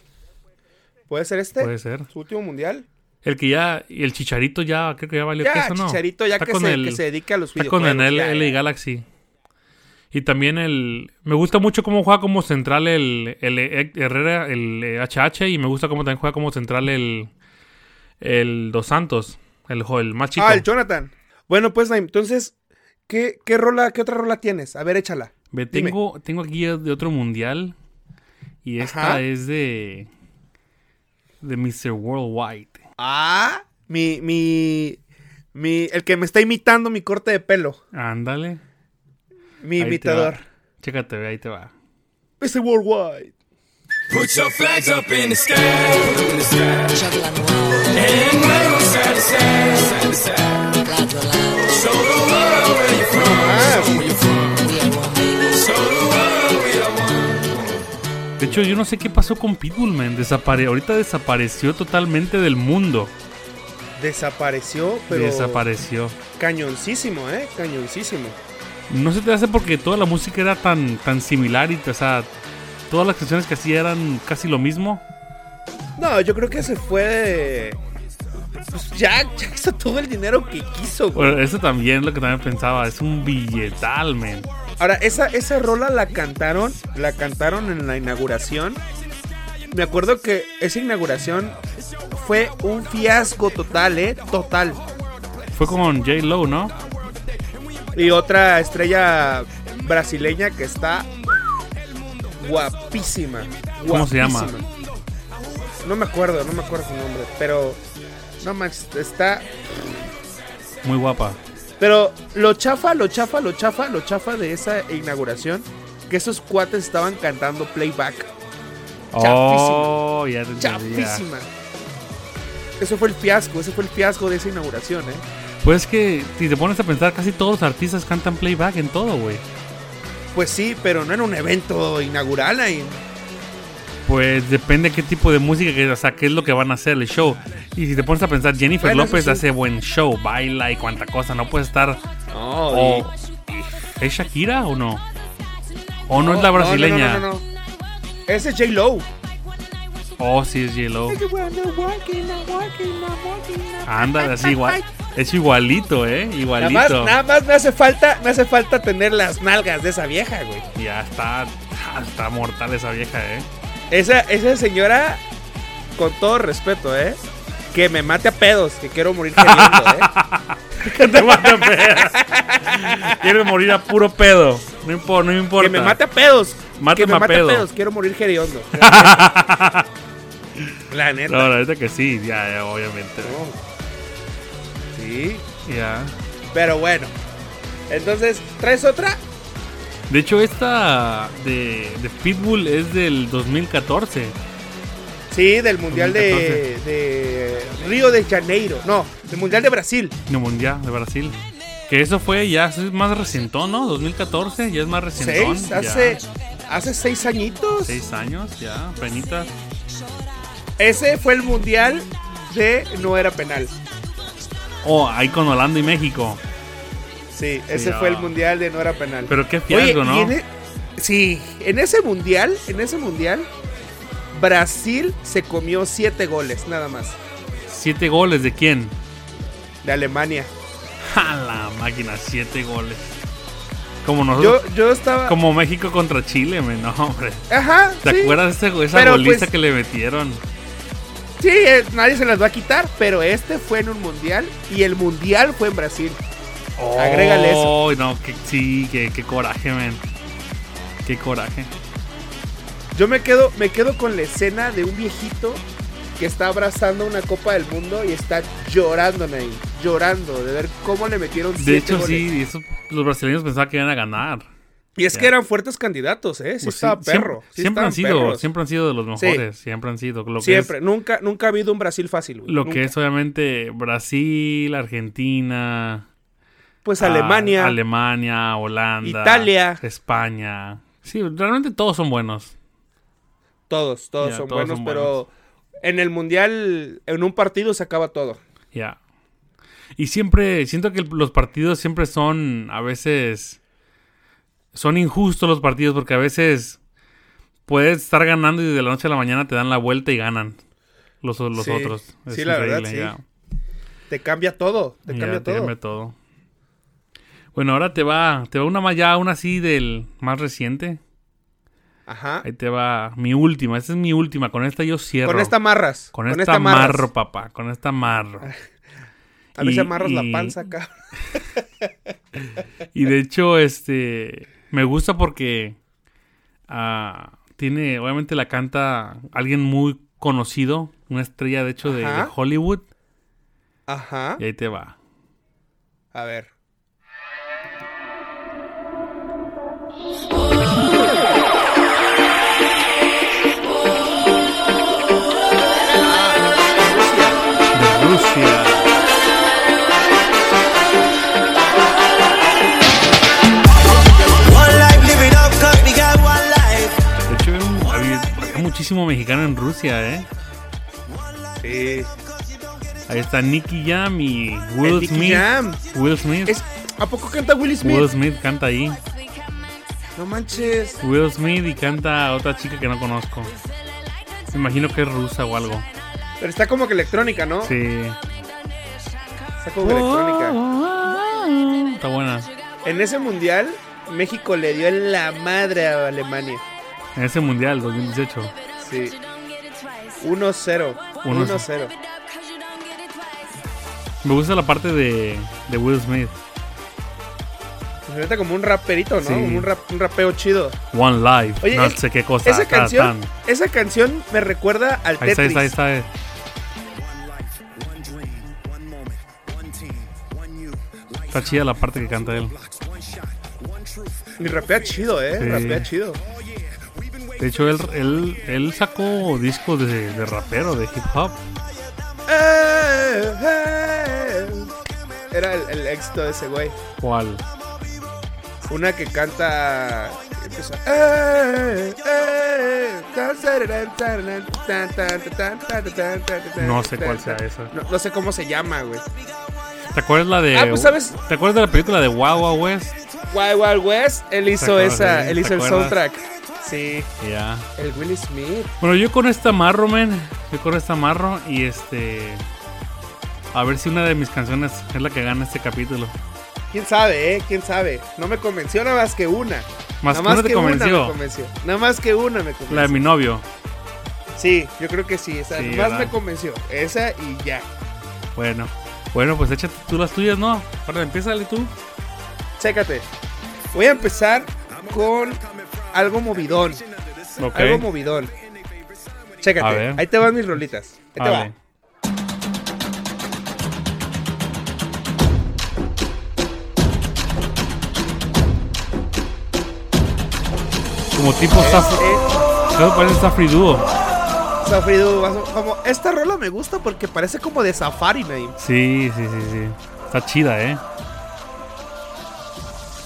Speaker 5: ¿Puede ser este?
Speaker 4: Puede ser.
Speaker 5: Su último mundial.
Speaker 4: El que ya. Y el Chicharito ya. Creo que ya valió
Speaker 5: Ya,
Speaker 4: queso, ¿no?
Speaker 5: Chicharito, ya
Speaker 4: Está
Speaker 5: que
Speaker 4: con
Speaker 5: se,
Speaker 4: el-
Speaker 5: que se dedica a los
Speaker 4: Está con
Speaker 5: videojuegos.
Speaker 4: el
Speaker 5: ya,
Speaker 4: LA
Speaker 5: ya.
Speaker 4: Galaxy. Y también el. Me gusta mucho cómo juega como central el, el Hec- Herrera, el eh, HH. Y me gusta cómo también juega como central el. El Dos Santos. El, jo- el más chico.
Speaker 5: Ah, el Jonathan. Bueno, pues Naim, entonces, ¿qué, qué rola, qué otra rola tienes? A ver, échala.
Speaker 4: Ve,
Speaker 5: Dime.
Speaker 4: tengo, tengo aquí de otro mundial. Y esta
Speaker 5: Ajá.
Speaker 4: es de. De Mr. Worldwide.
Speaker 5: Ah, mi, mi, mi, el que me está imitando mi corte de pelo,
Speaker 4: Ándale.
Speaker 5: mi
Speaker 4: Ahí te
Speaker 5: imitador.
Speaker 4: va. Chécate, ve, ahí te va.
Speaker 5: Ese worldwide.
Speaker 6: Put your flags up in the sky, in the sky. and wave 'em side to side, side to side. Show the world where you're from, show 'em where you're from. Show the world we are one.
Speaker 4: De hecho, yo no sé qué pasó con Pitbull, man. Desapare- Ahorita desapareció totalmente del mundo.
Speaker 5: Desapareció, pero
Speaker 4: Desapareció.
Speaker 5: cañoncísimo, eh, cañoncísimo.
Speaker 4: No se te hace porque toda la música era tan, tan similar y, o sea, todas las canciones que hacía eran casi lo mismo.
Speaker 5: No, yo creo que se fue de... Pues ya, ya hizo todo el dinero que quiso, güey.
Speaker 4: Bueno, eso también es lo que también pensaba. Es un billetal, man.
Speaker 5: Ahora, esa, esa rola la cantaron, la cantaron en la inauguración. Me acuerdo que esa inauguración fue un fiasco total, eh, total.
Speaker 4: Fue con J. Lo, ¿no?
Speaker 5: Y otra estrella brasileña que está guapísima.
Speaker 4: ¿Cómo se llama?
Speaker 5: guapísima. No me acuerdo, no me acuerdo su nombre, pero no más, está
Speaker 4: Muy guapa.
Speaker 2: Pero lo chafa, lo chafa, lo chafa, lo chafa de esa inauguración, que esos cuates estaban cantando playback.
Speaker 4: Oh, ya te entendí, ya.
Speaker 2: Chafísima. Eso fue el fiasco, ese fue el fiasco de esa inauguración, ¿eh?
Speaker 4: Pues es que si te pones a pensar, casi todos los artistas cantan playback en todo, güey.
Speaker 2: Pues sí, pero no era un evento inaugural ahí.
Speaker 4: Pues depende qué tipo de música, que, o sea, qué es lo que van a hacer el show. Y si te pones a pensar, Jennifer
Speaker 2: Bueno, eso
Speaker 4: López
Speaker 2: sí.
Speaker 4: hace buen show, baila y cuanta cosa, no puede estar.
Speaker 2: No,
Speaker 4: o- ¿Es Shakira o no? ¿O no, es la brasileña?
Speaker 2: No, no, no, no. Ese es j Low.
Speaker 4: Oh, sí, es Yellow. Ándale, así igual. Es igualito, ¿eh?
Speaker 2: Nada más,
Speaker 4: Igualito.
Speaker 2: nada más me hace falta, me hace falta tener las nalgas de esa vieja, güey.
Speaker 4: Ya está, ah, está mortal esa vieja, ¿eh?
Speaker 2: Esa, esa señora, con todo respeto, ¿eh? Que me mate a pedos, que quiero morir queriendo, ¿eh?
Speaker 4: Te mata pedas. Quiero morir a puro pedo. No importa, no importa.
Speaker 2: que me mate a pedos. que
Speaker 4: Mátame
Speaker 2: me
Speaker 4: a
Speaker 2: mate
Speaker 4: pedo.
Speaker 2: a pedos, quiero morir queriendo. La neta.
Speaker 4: No, la verdad que sí, ya, ya, obviamente.
Speaker 2: No. Sí.
Speaker 4: Ya.
Speaker 2: Pero bueno. Entonces, ¿traes otra?
Speaker 4: De hecho, esta de, de Pitbull es del 2014.
Speaker 2: Sí, del Mundial de, de Río de Janeiro. No, del Mundial de Brasil.
Speaker 4: No, mundial de Brasil. Que eso fue ya es más recientón, ¿no? 2014, ya es más recientón.
Speaker 2: Seis,
Speaker 4: ya.
Speaker 2: hace, hace seis añitos.
Speaker 4: Seis años, ya, penitas.
Speaker 2: Ese fue el Mundial de No Era Penal.
Speaker 4: Oh, ahí con Holanda y México.
Speaker 2: Sí, ese
Speaker 4: ah.
Speaker 2: fue el Mundial de No Era Penal.
Speaker 4: Pero qué
Speaker 2: Oye,
Speaker 4: fiasco,
Speaker 2: y
Speaker 4: ¿no?
Speaker 2: en e- sí, en ese Mundial, en ese Mundial, Brasil se comió siete goles, nada más,
Speaker 4: Siete goles, ¿de quién?
Speaker 2: de Alemania.
Speaker 4: A la máquina, siete goles. Como
Speaker 2: Yo,
Speaker 4: nosotros,
Speaker 2: yo estaba...
Speaker 4: como México contra Chile, men, no, hombre.
Speaker 2: Ajá,
Speaker 4: ¿Te
Speaker 2: sí.
Speaker 4: acuerdas de ese- esa
Speaker 2: Pero,
Speaker 4: goliza
Speaker 2: pues,
Speaker 4: que le metieron?
Speaker 2: Sí, eh, nadie se las va a quitar, pero este fue en un mundial y el mundial fue en Brasil. Agrégale eso.
Speaker 4: Oh, no, que, sí, que, que coraje, men. Qué coraje.
Speaker 2: Yo me quedo, me quedo con la escena de un viejito que está abrazando una Copa del Mundo y está llorando ahí, llorando de ver cómo le metieron
Speaker 4: De
Speaker 2: siete
Speaker 4: hecho,
Speaker 2: goles.
Speaker 4: sí, y eso, los brasileños pensaban que iban a ganar.
Speaker 2: Y es
Speaker 4: Ya.
Speaker 2: que eran fuertes candidatos, ¿eh? Sí
Speaker 4: Pues sí,
Speaker 2: estaba perro.
Speaker 4: Siempre,
Speaker 2: sí
Speaker 4: siempre han
Speaker 2: estaban
Speaker 4: sido,
Speaker 2: perros.
Speaker 4: siempre han sido de los
Speaker 2: Sí.
Speaker 4: mejores. Siempre han sido. Lo que
Speaker 2: Siempre.
Speaker 4: es-
Speaker 2: Nunca, nunca ha habido un Brasil fácil, güey.
Speaker 4: lo
Speaker 2: Nunca.
Speaker 4: que es obviamente Brasil, Argentina,
Speaker 2: Pues
Speaker 4: ah,
Speaker 2: Alemania.
Speaker 4: Alemania, Holanda,
Speaker 2: Italia.
Speaker 4: España. Sí, realmente todos son buenos.
Speaker 2: todos, todos
Speaker 4: Ya,
Speaker 2: son
Speaker 4: todos
Speaker 2: buenos,
Speaker 4: son
Speaker 2: pero en el mundial, en un partido se acaba todo.
Speaker 4: Ya. Y siempre, siento que el- los partidos siempre son, a veces, son injustos los partidos porque a veces puedes estar ganando y de la noche a la mañana te dan la vuelta y ganan los, los
Speaker 2: Sí.
Speaker 4: otros. Es
Speaker 2: Sí, la verdad,
Speaker 4: increíble,
Speaker 2: sí.
Speaker 4: ya.
Speaker 2: Te cambia todo. Te
Speaker 4: Ya,
Speaker 2: cambia
Speaker 4: te
Speaker 2: todo.
Speaker 4: cambia todo. Bueno, ahora te va, te va una más ya, una así del más reciente.
Speaker 2: Ajá.
Speaker 4: Ahí te va mi última, esta es mi última, con esta yo cierro.
Speaker 2: Con esta marras.
Speaker 4: Con esta
Speaker 2: marras.
Speaker 4: marro, papá, con esta marro.
Speaker 2: A mí se
Speaker 4: Y-
Speaker 2: amarras la
Speaker 4: y-
Speaker 2: panza acá.
Speaker 4: Y de hecho, este, me gusta porque ah, tiene, obviamente la canta alguien muy conocido, una estrella de hecho de, de
Speaker 2: Ajá.
Speaker 4: Hollywood.
Speaker 2: Ajá.
Speaker 4: Y ahí te va.
Speaker 2: A ver.
Speaker 4: De Rusia.
Speaker 6: One life, live it up, cause we got one life.
Speaker 4: De hecho, hay, hay muchísimo mexicano en Rusia, ¿eh?
Speaker 2: Sí.
Speaker 4: Ahí está Nicky Jam y Will
Speaker 2: Nicky
Speaker 4: Smith.
Speaker 2: Jam.
Speaker 4: Will Smith.
Speaker 2: Es- ¿A poco canta Will Smith?
Speaker 4: Will Smith canta ahí.
Speaker 2: No manches.
Speaker 4: Will Smith y canta otra chica que no conozco. Me imagino que es rusa o algo.
Speaker 2: Pero está como que electrónica, ¿no?
Speaker 4: Sí.
Speaker 2: Está como que electrónica.
Speaker 4: Está buena.
Speaker 2: En ese mundial, México le dio en la madre a Alemania.
Speaker 4: En ese mundial 2018.
Speaker 2: Sí. 1-0.
Speaker 4: Uno-
Speaker 2: 1-0.
Speaker 4: Me gusta la parte de, de Will Smith.
Speaker 2: Se nota Pues como un raperito, ¿no?
Speaker 4: Sí.
Speaker 2: Como un, rap- un rapeo chido.
Speaker 4: One Life.
Speaker 2: Oye,
Speaker 4: no
Speaker 2: es-
Speaker 4: sé qué cosa.
Speaker 2: Esa
Speaker 4: ta,
Speaker 2: canción,
Speaker 4: tan.
Speaker 2: esa canción me recuerda al
Speaker 4: Ahí
Speaker 2: Tetris.
Speaker 4: está, ahí está, ahí está. eh.
Speaker 6: One life, one dream, one moment, one team, one you. Life
Speaker 4: Está chida la parte que canta él.
Speaker 2: Y rapea chido, ¿eh?
Speaker 4: Sí.
Speaker 2: Rapea chido.
Speaker 4: De hecho, él, él, él sacó discos de, de rapero, de hip hop.
Speaker 2: Eh, eh. Era el, el éxito de ese güey.
Speaker 4: ¿Cuál?
Speaker 2: Una que canta. Empieza. "Eh, eh, tan, sararán, tararán, tan, tan, tan, tan, tan, tan, tan, tan,
Speaker 4: No sé cuál
Speaker 2: tan,
Speaker 4: sea
Speaker 2: tan".
Speaker 4: esa.
Speaker 2: No, no sé cómo se llama, güey.
Speaker 4: ¿Te acuerdas la de.
Speaker 2: Ah, pues, ¿sabes?
Speaker 4: ¿Te acuerdas de la película de Wow Wow West?
Speaker 2: Wild Wild West, él hizo
Speaker 4: acuerdas,
Speaker 2: esa,
Speaker 4: eh?
Speaker 2: él
Speaker 4: ¿Te
Speaker 2: hizo el
Speaker 4: acuerdas?
Speaker 2: soundtrack. Sí.
Speaker 4: Ya.
Speaker 2: El Will Smith.
Speaker 4: Bueno, yo con esta marro, men. Yo con esta marro y este. A ver si una de mis canciones es la que gana este capítulo.
Speaker 2: ¿Quién sabe, eh? ¿Quién sabe? No me convenció nada más que una.
Speaker 4: Más
Speaker 2: nada
Speaker 4: que una te
Speaker 2: una
Speaker 4: convenció.
Speaker 2: me convenció. Nada más que una me convenció.
Speaker 4: La de mi novio.
Speaker 2: Sí, yo creo que sí. Esa
Speaker 4: Sí,
Speaker 2: más
Speaker 4: ¿verdad?
Speaker 2: me convenció. Esa y ya.
Speaker 4: Bueno. Bueno, pues échate tú las tuyas, ¿no? Ahora empiézale tú.
Speaker 2: Chécate. Voy a empezar con algo movidón.
Speaker 4: Ok.
Speaker 2: Algo movidón.
Speaker 4: A
Speaker 2: Chécate.
Speaker 4: ver.
Speaker 2: Ahí te van mis rolitas. Ahí te
Speaker 4: Vale.
Speaker 2: va.
Speaker 4: Como tipo
Speaker 2: Este.
Speaker 4: Safri. Creo que parece Safri Duo.
Speaker 2: Sofrido, vas- como esta rola me gusta porque parece como de Safari Name.
Speaker 4: Sí, sí, sí, sí. Está chida, ¿eh?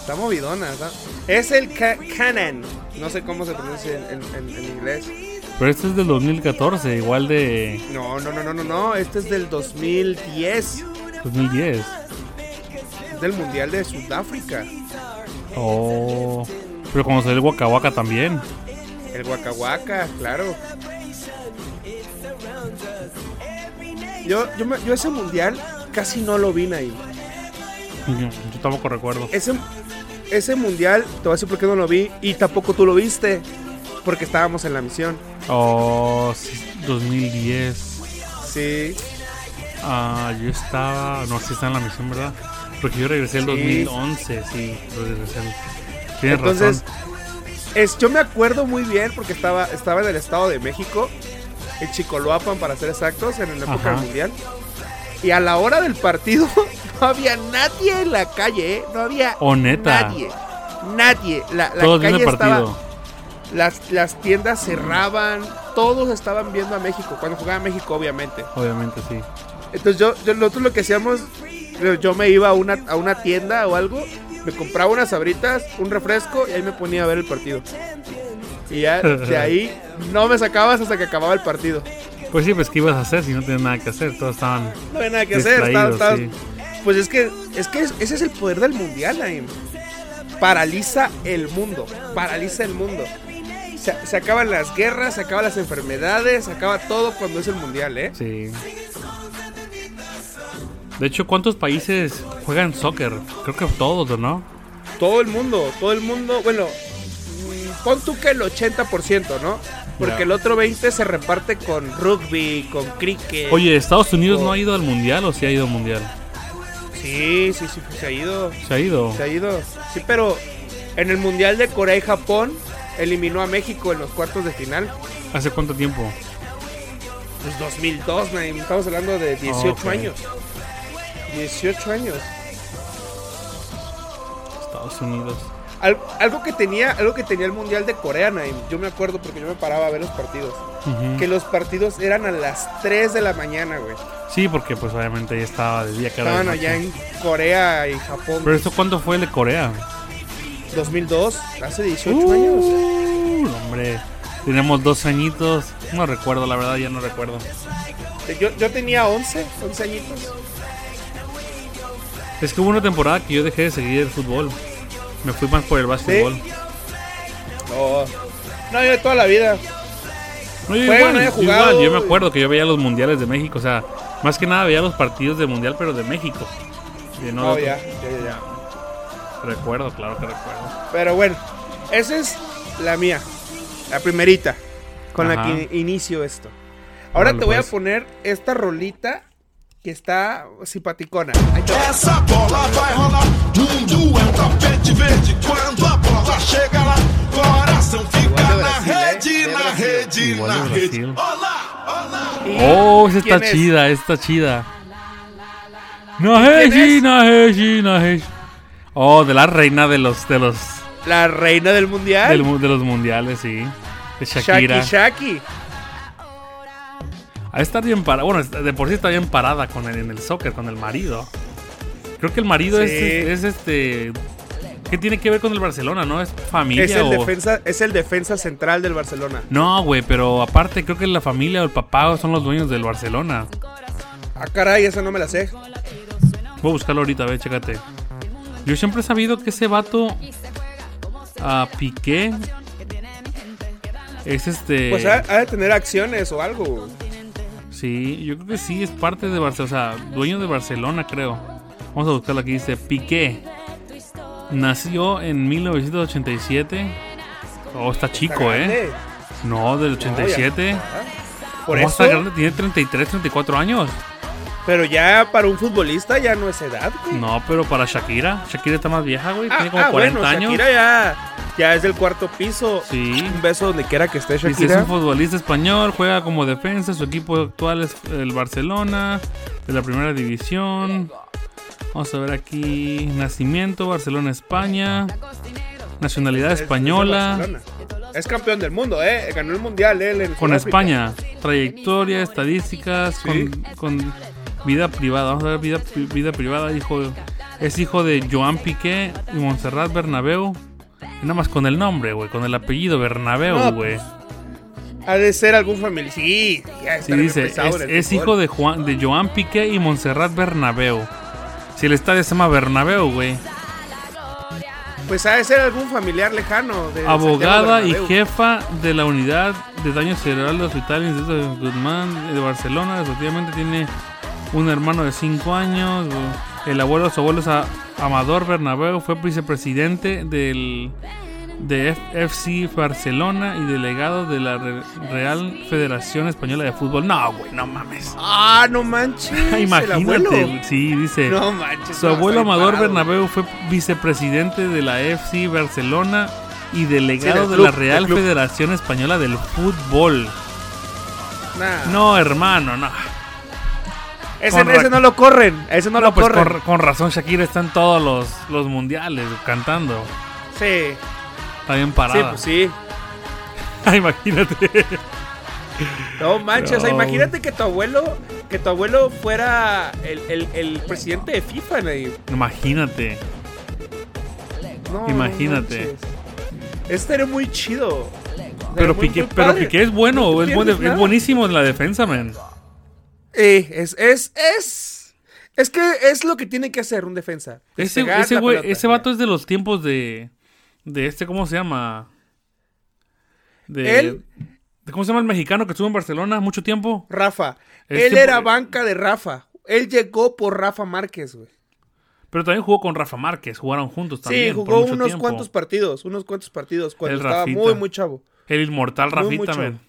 Speaker 2: Está movidona, ¿verdad? Es el ca- Canan. No sé cómo se pronuncia en, en- en- en inglés.
Speaker 4: Pero este es del 2014, igual de
Speaker 2: No, no, no, no, no, no. Este es del 2010.
Speaker 4: 2010.
Speaker 2: Es del Mundial de Sudáfrica.
Speaker 4: Oh. Pero cuando salió el Waka Waka también.
Speaker 2: El Waka Waka, claro. Yo, yo, me- yo ese mundial casi no lo vi ahí.
Speaker 4: Yo yo tampoco recuerdo.
Speaker 2: Ese, ese mundial, te voy a decir por qué no lo vi y tampoco tú lo viste. Porque estábamos en la misión.
Speaker 4: Oh, sí, 2010.
Speaker 2: Sí.
Speaker 4: Ah, yo estaba. No, sí está en la misión, ¿verdad? Porque yo regresé el
Speaker 2: Sí.
Speaker 4: 2011, sí. regresé al- Tienes
Speaker 2: Entonces,
Speaker 4: razón.
Speaker 2: es, yo me acuerdo muy bien porque estaba, estaba en el Estado de México, en Chicoloapan para ser exactos, en la época
Speaker 4: Ajá.
Speaker 2: del mundial. Y a la hora del partido no había nadie en la calle, ¿eh? no había
Speaker 4: Oh, neta.
Speaker 2: nadie. Nadie. La, la
Speaker 4: Todos viendo
Speaker 2: calle
Speaker 4: el partido. Mm.
Speaker 2: estaba. Las, las tiendas cerraban, todos estaban viendo a México, cuando jugaba México, obviamente.
Speaker 4: Obviamente, sí.
Speaker 2: Entonces yo, yo- nosotros lo que hacíamos, yo- yo me iba a una, a una tienda o algo, me compraba unas sabritas, un refresco y ahí me ponía a ver el partido. Y ya de ahí no me sacabas hasta que acababa el partido.
Speaker 4: Pues sí, pues ¿qué ibas a hacer si no tenías nada que hacer? Todos estaban.
Speaker 2: No había nada que hacer.
Speaker 4: Distraído,
Speaker 2: estabas-
Speaker 4: sí.
Speaker 2: estabas- Pues es que, es que es- ese es el poder del mundial, Naim. Paraliza el mundo, paraliza el mundo. Se, se acaban las guerras, se acaban las enfermedades, se acaba todo cuando es el mundial, ¿eh?
Speaker 4: Sí. De hecho, ¿cuántos países juegan soccer? Creo que todos, ¿no?
Speaker 2: Todo el mundo, todo el mundo, bueno, mm, pon tú que el 80%, ¿no? Porque
Speaker 4: Ya.
Speaker 2: el otro 20 se reparte con rugby, con cricket.
Speaker 4: Oye, ¿Estados Unidos
Speaker 2: Oh.
Speaker 4: no ha ido al mundial o sí ha ido al mundial?
Speaker 2: Sí, sí, sí, se ha ido,
Speaker 4: Se ha ido.
Speaker 2: se ha ido. Sí, pero en el Mundial de Corea y Japón eliminó a México en los cuartos de final.
Speaker 4: ¿Hace cuánto tiempo?
Speaker 2: Pues 2002, Naim, estamos hablando de 18
Speaker 4: Ok.
Speaker 2: años. 18 años.
Speaker 4: Estados Unidos.
Speaker 2: Al- algo que tenía, algo que tenía el Mundial de Corea, Naim, yo me acuerdo porque yo me paraba a ver los partidos.
Speaker 4: Ujú.
Speaker 2: Que los partidos eran a las 3 de la mañana, güey.
Speaker 4: Sí, porque pues obviamente ya estaba de día que era de
Speaker 2: Estaban
Speaker 4: noche.
Speaker 2: allá en Corea y Japón.
Speaker 4: Pero esto cuándo fue el de Corea?
Speaker 2: 2002, hace 18
Speaker 4: Uh,
Speaker 2: años.
Speaker 4: Hombre, tenemos dos añitos. No recuerdo, la verdad ya no recuerdo.
Speaker 2: Yo, yo tenía 11, 11 añitos.
Speaker 4: Es que hubo una temporada que yo dejé de seguir el fútbol. Me fui más por el básquetbol.
Speaker 2: No, no, yo de toda la vida.
Speaker 4: No, yo
Speaker 2: Juegan,
Speaker 4: igual,
Speaker 2: no haya
Speaker 4: yo
Speaker 2: jugado.
Speaker 4: igual, yo me acuerdo que yo veía los mundiales de México, o sea, más que nada veía los partidos de mundial, pero de México. De no
Speaker 2: No,
Speaker 4: de
Speaker 2: Oh, ya,
Speaker 4: otros.
Speaker 2: ya, ya, ya.
Speaker 4: Recuerdo, claro que recuerdo.
Speaker 2: Pero bueno, esa es la mía. La primerita. Con
Speaker 4: Ajá.
Speaker 2: la que inicio esto. Ahora
Speaker 4: Órale,
Speaker 2: te voy
Speaker 4: pues.
Speaker 2: a poner esta rolita que está simpaticona. Ahí te va.
Speaker 6: Essa bola vai rolar. Mundo é um tapete verde. Quando a bola chega lá, coração fica
Speaker 2: Igual de
Speaker 6: na
Speaker 2: Brasil,
Speaker 6: rede,
Speaker 2: né? assim.
Speaker 6: na
Speaker 2: Brasil.
Speaker 6: rede,
Speaker 4: Igual
Speaker 6: na
Speaker 4: de
Speaker 6: rede.
Speaker 4: Brasil.
Speaker 6: Olá, olá.
Speaker 2: ¿Y
Speaker 4: Oh, esa
Speaker 2: quién
Speaker 4: está
Speaker 2: es?
Speaker 4: chida, esta está chida. Naheshi, Naheshi, Naheshi. Oh, de la reina de los de los
Speaker 5: La reina del mundial.
Speaker 4: del mu- de los mundiales, sí. De Shakira.
Speaker 5: ¿Eh? Shaki Shaki.
Speaker 4: A estar bien parada. Bueno, está- de por sí está bien parada con el, en el soccer, con el marido. Creo que el marido es,
Speaker 5: Sí.
Speaker 4: es este. ¿Qué tiene que ver con el Barcelona, no? ¿Es familia
Speaker 5: Es el,
Speaker 4: o.?
Speaker 5: defensa, es el defensa central del Barcelona.
Speaker 4: No, güey, pero aparte creo que la familia o el papá son los dueños del Barcelona.
Speaker 5: Ah, caray, esa no me la sé.
Speaker 4: Voy a buscarlo ahorita, ve, chécate. Yo siempre he sabido que ese vato. A Piqué. Es este.
Speaker 5: Pues ha, ha de tener acciones o algo.
Speaker 4: Sí, yo creo que sí, es parte de Barcelona, o sea, dueño de Barcelona, creo. Vamos a buscarlo aquí, dice Piqué. Nació en 1987. Oh, está
Speaker 5: Está
Speaker 4: chico, ¿eh?
Speaker 5: grande.
Speaker 4: No, del
Speaker 5: No, ya
Speaker 4: 87.
Speaker 5: está. Por
Speaker 4: No,
Speaker 5: eso.
Speaker 4: está grande, tiene 33, 34 años.
Speaker 5: Pero ya para un futbolista ya no es edad, güey.
Speaker 4: No, pero para Shakira, Shakira está más vieja, güey,
Speaker 5: Ah,
Speaker 4: Mm, tiene como
Speaker 5: ah,
Speaker 4: 40
Speaker 5: bueno,
Speaker 4: años.
Speaker 5: Shakira ya, ya es del cuarto piso.
Speaker 4: Sí.
Speaker 5: Un beso donde quiera que esté
Speaker 4: Dice, Pues es
Speaker 5: Shakira.
Speaker 4: un futbolista español, juega como defensa, su equipo actual es el Barcelona, de la primera división. Vamos a ver aquí, nacimiento, Barcelona, España, nacionalidad
Speaker 5: Es- es de
Speaker 4: española,
Speaker 5: Barcelona. Es campeón del mundo, ¿eh? Ganó el mundial, ¿eh? en
Speaker 4: con
Speaker 5: Sudáfrica.
Speaker 4: España, trayectoria, estadísticas,
Speaker 5: Sí.
Speaker 4: con, con vida privada, vamos a ver vida, pri- vida privada, hijo, es hijo de Joan Piqué y Montserrat Bernabeu. Y Nada más con el nombre, güey, con el apellido
Speaker 5: No,
Speaker 4: Bernabeu, güey.
Speaker 5: Ha de ser algún familiar. Sí, ya
Speaker 4: Sí, dice, es, es hijo de Juan, de Joan Piqué y Montserrat Bernabeu. Si el estadio se llama Bernabeu, güey.
Speaker 5: Pues ha de ser algún familiar lejano. de
Speaker 4: Abogada
Speaker 5: Santiago
Speaker 4: y
Speaker 5: Bernabéu.
Speaker 4: jefa de la unidad de daño cerebral del Hospital Instituto de Guzmán de Barcelona. Efectivamente tiene un hermano de 5 años. güey. El abuelo, su abuelo es a- Amador Bernabeu, fue vicepresidente del de F- FC Barcelona y delegado de la Re- Real Federación Española de Fútbol. No, güey, no mames.
Speaker 5: Ah, no manches. el abuelo.
Speaker 4: Imagínate, güey. sí, dice.
Speaker 5: No manches.
Speaker 4: Su
Speaker 5: no,
Speaker 4: abuelo
Speaker 5: está
Speaker 4: Amador
Speaker 5: disparado.
Speaker 4: Bernabeu fue vicepresidente de la FC Barcelona y
Speaker 5: Sí,
Speaker 4: delegado
Speaker 5: del
Speaker 4: de
Speaker 5: club,
Speaker 4: la
Speaker 5: del
Speaker 4: Real
Speaker 5: club.
Speaker 4: Federación Española del Fútbol.
Speaker 5: Nah,
Speaker 4: No, hermano, no.
Speaker 5: Ese,
Speaker 4: con ra-
Speaker 5: ese no lo corren. Ese no,
Speaker 4: No,
Speaker 5: lo
Speaker 4: pues
Speaker 5: corren.
Speaker 4: con, con razón Shakira está en todos los, los mundiales cantando.
Speaker 5: Sí.
Speaker 4: Está bien
Speaker 5: Sí,
Speaker 4: parada. Ah,
Speaker 5: pues sí.
Speaker 4: Imagínate.
Speaker 5: No manches. o sea,
Speaker 4: No,
Speaker 5: imagínate que tu abuelo. Que tu abuelo fuera el, el- el presidente de FIFA, güey.
Speaker 4: Imagínate.
Speaker 5: No,
Speaker 4: Imagínate.
Speaker 5: no manches. Este era muy chido. Era
Speaker 4: Pero
Speaker 5: muy,
Speaker 4: Piqué,
Speaker 5: muy
Speaker 4: pero
Speaker 5: padre.
Speaker 4: Piqué es bueno,
Speaker 5: No te
Speaker 4: es, buen def-
Speaker 5: pierdes
Speaker 4: es
Speaker 5: nada.
Speaker 4: buenísimo en la defensa, man.
Speaker 5: Eh, es, es, es. Es que es lo que tiene que hacer un defensa.
Speaker 4: Ese,
Speaker 5: Despegar
Speaker 4: ese,
Speaker 5: la
Speaker 4: güey-
Speaker 5: pelota.
Speaker 4: ese vato es de los tiempos de. De este, ¿cómo se llama? De,
Speaker 5: Él-
Speaker 4: de- ¿Cómo se llama el mexicano que estuvo en Barcelona mucho tiempo?
Speaker 5: Rafa.
Speaker 4: Este
Speaker 5: Él era
Speaker 4: por-
Speaker 5: banca de Rafa. Él llegó por Rafa Márquez, güey.
Speaker 4: Pero también jugó con Rafa Márquez, jugaron juntos también.
Speaker 5: Sí,
Speaker 4: por
Speaker 5: jugó
Speaker 4: mucho
Speaker 5: unos
Speaker 4: tiempo.
Speaker 5: cuantos partidos, unos cuantos partidos cuando
Speaker 4: El
Speaker 5: estaba
Speaker 4: Rafita.
Speaker 5: muy, muy chavo.
Speaker 4: El inmortal
Speaker 5: Muy,
Speaker 4: Rafita,
Speaker 5: muy chavo.
Speaker 4: man.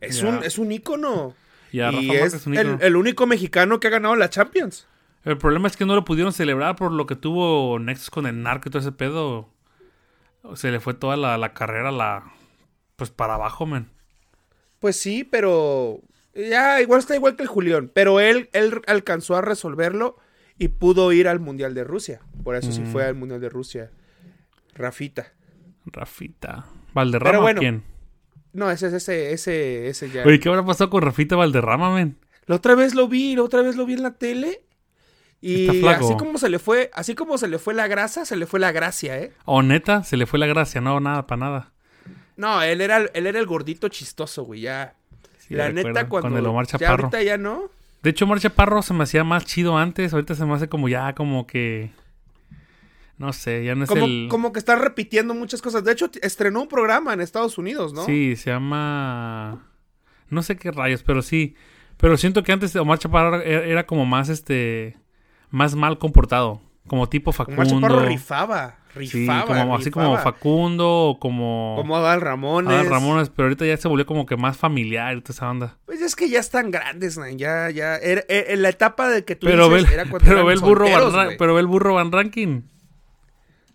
Speaker 5: Es,
Speaker 4: Ya.
Speaker 5: un, es un ícono.
Speaker 4: Ya, Rafa
Speaker 5: y
Speaker 4: Márquez
Speaker 5: es
Speaker 4: es un
Speaker 5: el,
Speaker 4: ícono.
Speaker 5: el único mexicano que ha ganado la Champions.
Speaker 4: El problema es que no lo pudieron celebrar por lo que tuvo Nexus con el narco y todo ese pedo. Se le fue toda la, la carrera, la. Pues para abajo, man.
Speaker 5: Pues sí, pero ya igual está igual que el Julián. Pero él, él alcanzó a resolverlo y pudo ir al Mundial de Rusia. Por eso
Speaker 4: Mm.
Speaker 5: sí fue al Mundial de Rusia. Rafita.
Speaker 4: Rafita. ¿Valderrama
Speaker 5: Pero
Speaker 4: o
Speaker 5: bueno.
Speaker 4: quién?
Speaker 5: No, ese, ese, ese, ese ya.
Speaker 4: Oye, ¿qué habrá pasado con Rafita Valderrama, man?
Speaker 5: La otra vez lo vi, la otra vez lo vi en la tele.
Speaker 4: Está
Speaker 5: Y
Speaker 4: flaco.
Speaker 5: así como se le fue, así como se le fue la grasa, se le fue la gracia, ¿eh?
Speaker 4: O neta, se le fue la gracia, no, nada, para nada.
Speaker 5: No, él era, él era el gordito chistoso, güey, ya.
Speaker 4: Sí,
Speaker 5: la
Speaker 4: recuerdo,
Speaker 5: neta, cuando.
Speaker 4: Con el Omar
Speaker 5: ya
Speaker 4: Chaparro.
Speaker 5: ahorita ya no.
Speaker 4: De hecho, Omar Chaparro se me hacía más chido antes, ahorita se me hace como ya, como que. No sé, ya no es
Speaker 5: Como,
Speaker 4: el.
Speaker 5: como que está repitiendo muchas cosas. De hecho, t- estrenó un programa en Estados Unidos, ¿no?
Speaker 4: Sí, se llama. No sé qué rayos, pero sí. Pero siento que antes Omar Chaparro era, era como más este. Más mal comportado. Como tipo Facundo.
Speaker 5: Omar Chaparro rifaba.
Speaker 4: Sí,
Speaker 5: Rifaba.
Speaker 4: como, así como
Speaker 5: rifaba.
Speaker 4: Facundo o como.
Speaker 5: Como Adal Ramones.
Speaker 4: Adal Ramones, pero ahorita ya se volvió como que más familiar y toda esa onda.
Speaker 5: Pues es que ya están grandes, man. Ya, ya. Era- era- en la etapa de que tú
Speaker 4: Pero ve,
Speaker 5: dices,
Speaker 4: el-
Speaker 5: era cuando
Speaker 4: pero
Speaker 5: eran
Speaker 4: ve el burro
Speaker 5: solteros,
Speaker 4: Van Ra-
Speaker 5: güey.
Speaker 4: pero ve el burro Van Ranking.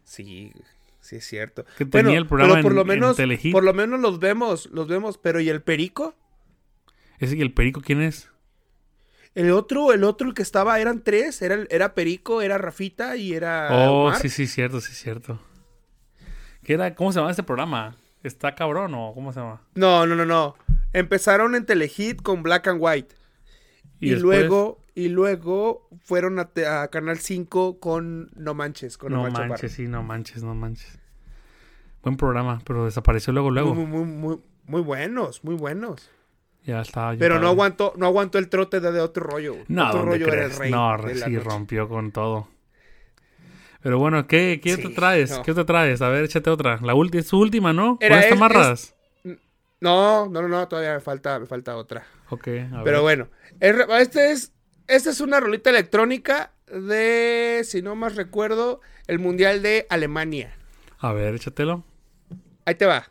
Speaker 5: Sí, sí es cierto.
Speaker 4: Que tenía el programa
Speaker 5: pero por
Speaker 4: en-
Speaker 5: lo
Speaker 4: en
Speaker 5: menos,
Speaker 4: Telehit.
Speaker 5: por lo menos los vemos, los vemos. Pero ¿y el perico?
Speaker 4: Ese y el perico, ¿quién es?
Speaker 5: El otro, el otro, el que estaba, eran tres. Era, el- era Perico, era Rafita y era.
Speaker 4: Oh,
Speaker 5: Ah, Omar.
Speaker 4: sí, sí, cierto, sí, cierto. ¿Qué era? ¿Cómo se llama este programa? ¿Está cabrón o cómo se llama?
Speaker 5: No, no, no, no. Empezaron en Telehit con Black and White. Y,
Speaker 4: después-
Speaker 5: luego, y luego fueron a, te- a Canal 5 con No Manches, con
Speaker 4: No
Speaker 5: Omar Chaparro.
Speaker 4: manches, sí, no manches, no manches. Buen programa, pero desapareció luego, luego.
Speaker 5: Muy, muy, muy, muy- muy buenos, muy buenos.
Speaker 4: Ya estaba yo
Speaker 5: Pero no
Speaker 4: padre.
Speaker 5: aguantó, no aguantó el trote de, de otro rollo.
Speaker 4: No,
Speaker 5: otro
Speaker 4: ¿dónde
Speaker 5: rollo era el
Speaker 4: crees?
Speaker 5: rey.
Speaker 4: No,
Speaker 5: de la
Speaker 4: sí,
Speaker 5: noche.
Speaker 4: rompió con todo. Pero bueno, ¿qué, qué te
Speaker 5: Sí,
Speaker 4: traes?
Speaker 5: no.
Speaker 4: ¿Qué te traes? A ver, échate otra. La última, es su última, ¿no?
Speaker 5: Era este,
Speaker 4: ¿Cuál te
Speaker 5: es-
Speaker 4: amarras?
Speaker 5: No, no, no, no, todavía me falta, me falta otra.
Speaker 4: Ok, a
Speaker 5: Pero
Speaker 4: ver.
Speaker 5: bueno, es re- este es, esta es una rolita electrónica de, si no más recuerdo, el Mundial de Alemania.
Speaker 4: A ver, échatelo.
Speaker 5: Ahí te va.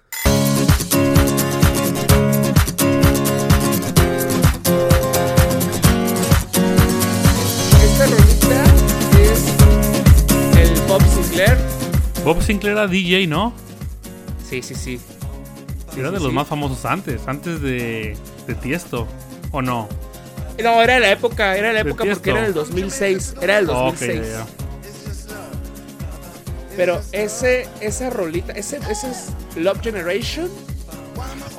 Speaker 5: Esta rolita es el Bob Sinclair.
Speaker 4: Bob Sinclair era DJ, ¿no?
Speaker 5: Sí, sí, sí.
Speaker 4: Era de los más famosos antes, antes de, de Tiesto. ¿O no?
Speaker 5: No, era la época, era la
Speaker 4: De
Speaker 5: época porque
Speaker 4: Tiesto.
Speaker 5: era del 2006, era del
Speaker 4: Ok,
Speaker 5: 2006.
Speaker 4: ya, ya.
Speaker 5: Pero ese, esa rolita, ese, ese es Love Generation.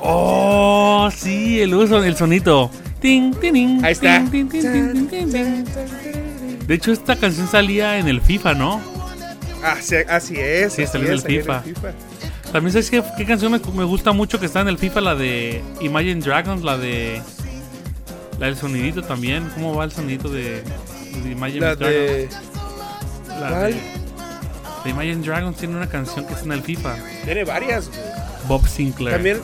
Speaker 4: Oh, sí, el uso, el sonito. Tin, tin, tin,
Speaker 5: Ahí está.
Speaker 4: tin, tin, tin, tin, tin, tin. De hecho, esta canción salía en el FIFA, ¿no?
Speaker 5: Así, Ah, así es.
Speaker 4: Sí,
Speaker 5: así
Speaker 4: salió del
Speaker 5: es, salió en el
Speaker 4: FIFA. También sabes qué, qué canción me, me gusta mucho que está en el FIFA, la de Imagine Dragons, la de. La del sonidito también. ¿Cómo va el sonidito de, de Imagine
Speaker 5: La
Speaker 4: Dragons?
Speaker 5: de.
Speaker 4: La
Speaker 5: ¿cuál?
Speaker 4: de, de Imagine Dragons tiene una canción que está en el FIFA.
Speaker 5: Tiene varias. güey.
Speaker 4: Bob Sinclair.
Speaker 5: También.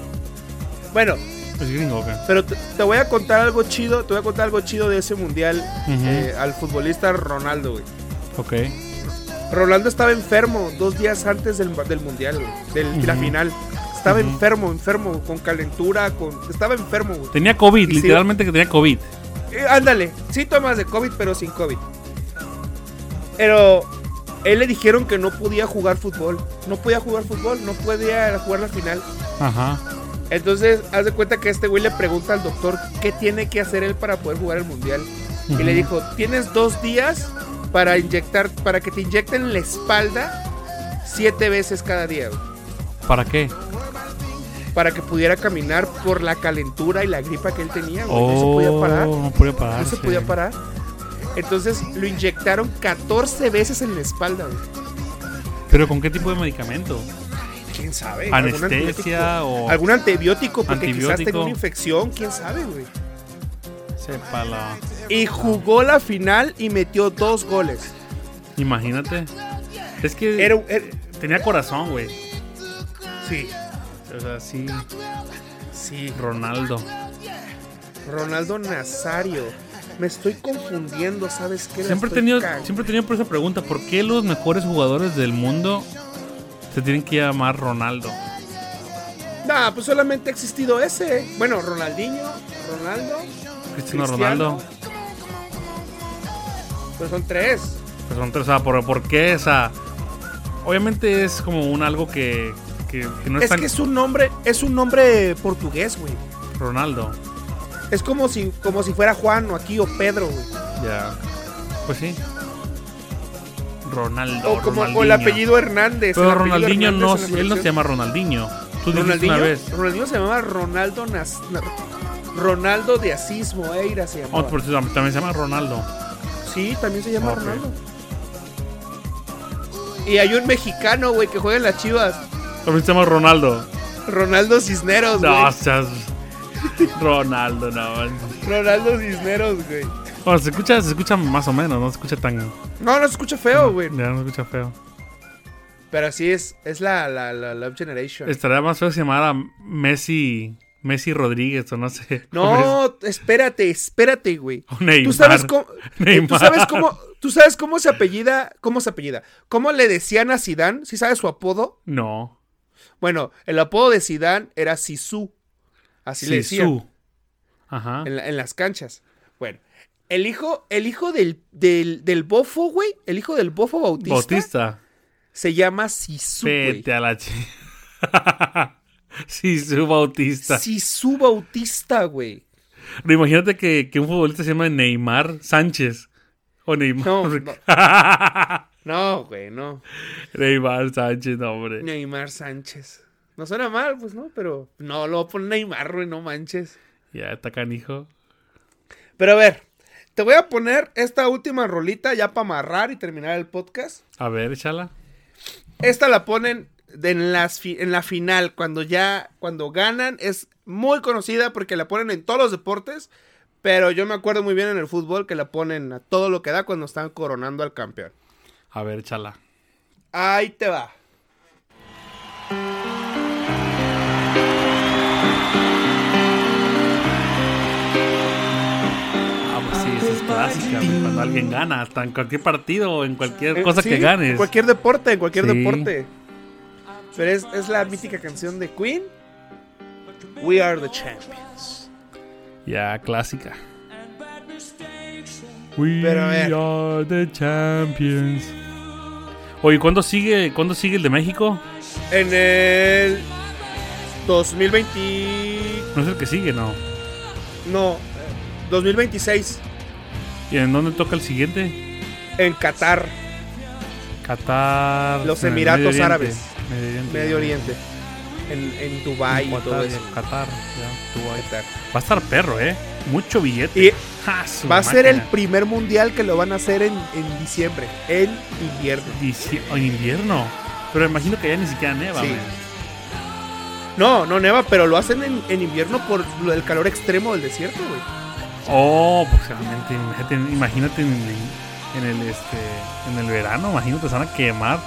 Speaker 5: pues, Bueno,
Speaker 4: Es gringo, ok.
Speaker 5: pero te, te voy a contar algo chido. Te voy a contar algo chido de ese mundial
Speaker 4: Ujú.
Speaker 5: eh, al futbolista Ronaldo, güey.
Speaker 4: Ok.
Speaker 5: Ronaldo estaba enfermo dos días antes del, del mundial, güey, del, de la
Speaker 4: Ujú.
Speaker 5: final. Estaba enfermo, enfermo, con calentura, con. Estaba enfermo, güey.
Speaker 4: Tenía COVID,
Speaker 5: Y sí.
Speaker 4: literalmente que tenía COVID.
Speaker 5: Eh, ándale, síntomas de COVID, pero sin COVID. Pero él le dijeron que no podía jugar fútbol. No podía jugar fútbol, no podía jugar la final.
Speaker 4: Ajá.
Speaker 5: Entonces, haz de cuenta que este güey le pregunta al doctor qué tiene que hacer él para poder jugar el mundial. Y le
Speaker 4: Ujú.
Speaker 5: dijo: Tienes dos días para inyectar, para que te inyecten la espalda siete veces cada día, güey,
Speaker 4: ¿Para qué?
Speaker 5: para que pudiera caminar por la calentura y la gripa que él tenía. güey.
Speaker 4: Oh,
Speaker 5: no se podía parar.
Speaker 4: No podía parar.
Speaker 5: No se
Speaker 4: sí.
Speaker 5: podía parar. Entonces lo inyectaron 14 veces en la espalda, güey.
Speaker 4: ¿Pero con qué tipo de medicamento?
Speaker 5: ¿Quién sabe?
Speaker 4: Anestesia
Speaker 5: ¿Algún
Speaker 4: o-
Speaker 5: antibiótico? Algún antibiótico porque quizás
Speaker 4: Antibiótico.
Speaker 5: tenía una infección, quién sabe, güey.
Speaker 4: Sepa la.
Speaker 5: Y jugó la final y metió dos goles.
Speaker 4: Imagínate. Es que
Speaker 5: Era, un- era-
Speaker 4: tenía corazón, güey.
Speaker 5: sí,
Speaker 4: O sea, sí.
Speaker 5: sí,
Speaker 4: Ronaldo.
Speaker 5: Ronaldo Nazario. Me estoy confundiendo, ¿sabes qué? La
Speaker 4: Siempre he
Speaker 5: estoy
Speaker 4: tenido,
Speaker 5: cag-
Speaker 4: siempre he tenido por esa pregunta, ¿por qué los mejores jugadores del mundo se tienen que llamar Ronaldo?
Speaker 5: Nah, pues solamente ha existido ese. ¿eh? Bueno, Ronaldinho, Ronaldo,
Speaker 4: Cristiano,
Speaker 5: Cristiano.
Speaker 4: Ronaldo.
Speaker 5: pero son tres.
Speaker 4: Pues son tres, o sea, ¿por, por qué esa? Obviamente es como un algo que, que, que no es,
Speaker 5: Es
Speaker 4: tan
Speaker 5: que es un nombre, es un nombre portugués, güey.
Speaker 4: Ronaldo.
Speaker 5: Es como si, como si fuera Juan o aquí o Pedro, güey.
Speaker 4: Ya. Pues sí. Ronaldo.
Speaker 5: O, como, o el
Speaker 4: Ronaldinho.
Speaker 5: apellido Hernández.
Speaker 4: Pero
Speaker 5: el apellido
Speaker 4: Ronaldinho
Speaker 5: Hernández
Speaker 4: no,
Speaker 5: en la
Speaker 4: él no se
Speaker 5: selección.
Speaker 4: llama Ronaldinho. Tú dijiste
Speaker 5: Ronaldinho,
Speaker 4: una vez.
Speaker 5: Ronaldinho se llamaba Ronaldo Nas- Na- Ronaldo de Asís Moeira se
Speaker 4: Oh,
Speaker 5: llamaba.
Speaker 4: pero tam- también se llama Ronaldo.
Speaker 5: Sí, también se llama
Speaker 4: Ok.
Speaker 5: Ronaldo. Y hay un mexicano, güey, que juega en las chivas.
Speaker 4: También se llama Ronaldo.
Speaker 5: Ronaldo Cisneros, güey.
Speaker 4: No, seas- Ronaldo, no.
Speaker 5: Ronaldo Cisneros, güey.
Speaker 4: Bueno, se escucha, se escucha más o menos, no se escucha tan.
Speaker 5: No, no se escucha feo, güey.
Speaker 4: Ya no se escucha feo.
Speaker 5: Pero sí es, es la, la, la Love Generation.
Speaker 4: Estaría más feo si se llamara Messi. Messi Rodríguez o no sé. O
Speaker 5: No, espérate, espérate, güey.
Speaker 4: O Neymar.
Speaker 5: ¿Tú sabes cómo,
Speaker 4: Neymar.
Speaker 5: ¿tú sabes cómo, tú sabes cómo se apellida, cómo se apellida, cómo le decían a Sidán, si sabes su apodo.
Speaker 4: Messi- No.
Speaker 5: Bueno, el apodo de Sidán era Sisu, así le decían
Speaker 4: Sisu. Ajá.
Speaker 5: en, la- en las canchas. Bueno, el hijo, el hijo del, del, del bofo, güey, el hijo del bofo Bautista,
Speaker 4: Bautista.
Speaker 5: se llama Sisu, güey.
Speaker 4: Vete a la chi. Sisu Bautista.
Speaker 5: Sisu Bautista, güey.
Speaker 4: Pero imagínate que, que un futbolista se llama Neymar Sánchez. O Neymar.
Speaker 5: No, no. No, güey, no.
Speaker 4: Neymar Sánchez, no, hombre.
Speaker 5: Neymar Sánchez. No suena mal, pues no, pero no, lo voy a poner Neymar, güey, no manches.
Speaker 4: Ya está canijo.
Speaker 5: Pero a ver, te voy a poner esta última rolita ya para amarrar y terminar el podcast.
Speaker 4: A ver, échala.
Speaker 5: Esta la ponen de- en, las fi- en la final, cuando ya, cuando ganan, es muy conocida porque la ponen en todos los deportes, pero yo me acuerdo muy bien en el fútbol que la ponen a todo lo que da cuando están coronando al campeón.
Speaker 4: A ver, échala.
Speaker 5: Ahí te va.
Speaker 4: Ah, pues sí, esa es clásica. güey, Cuando alguien gana, hasta en cualquier partido o en cualquier cosa
Speaker 5: Eh, Sí,
Speaker 4: que ganes.
Speaker 5: En cualquier deporte, en cualquier
Speaker 4: Sí.
Speaker 5: deporte. Pero es, es la mítica canción de Queen. We are the champions.
Speaker 4: Ya, clásica. We
Speaker 5: Pero a ver.
Speaker 4: are the champions. Oye, ¿cuándo sigue, ¿cuándo sigue el de México?
Speaker 5: En el 2020...
Speaker 4: No es el que sigue, ¿no?
Speaker 5: No, eh, 2026
Speaker 4: ¿Y en dónde toca el siguiente?
Speaker 5: en Qatar,
Speaker 4: Qatar.
Speaker 5: Los
Speaker 4: en el
Speaker 5: Emiratos
Speaker 4: Medio Oriente.
Speaker 5: Árabes.
Speaker 4: Medio Oriente.
Speaker 5: Medio Oriente. En, en Dubái y
Speaker 4: Qatar,
Speaker 5: todo eso.
Speaker 4: Qatar, ya, Dubái.
Speaker 5: Qatar.
Speaker 4: Va a estar perro, ¿eh? Mucho billete.
Speaker 5: Y
Speaker 4: Ja, su
Speaker 5: Va a ser el
Speaker 4: máquina.
Speaker 5: primer mundial que lo van a hacer en, en diciembre, en invierno.
Speaker 4: Dici- o invierno. Pero imagino que ya ni siquiera neva,
Speaker 5: Sí.
Speaker 4: man.
Speaker 5: No, no neva, pero lo hacen en, en invierno por lo- el calor extremo del desierto, güey.
Speaker 4: Oh, pues realmente, imagínate, imagínate en, el- en el este en el verano, imagínate, se van a quemar.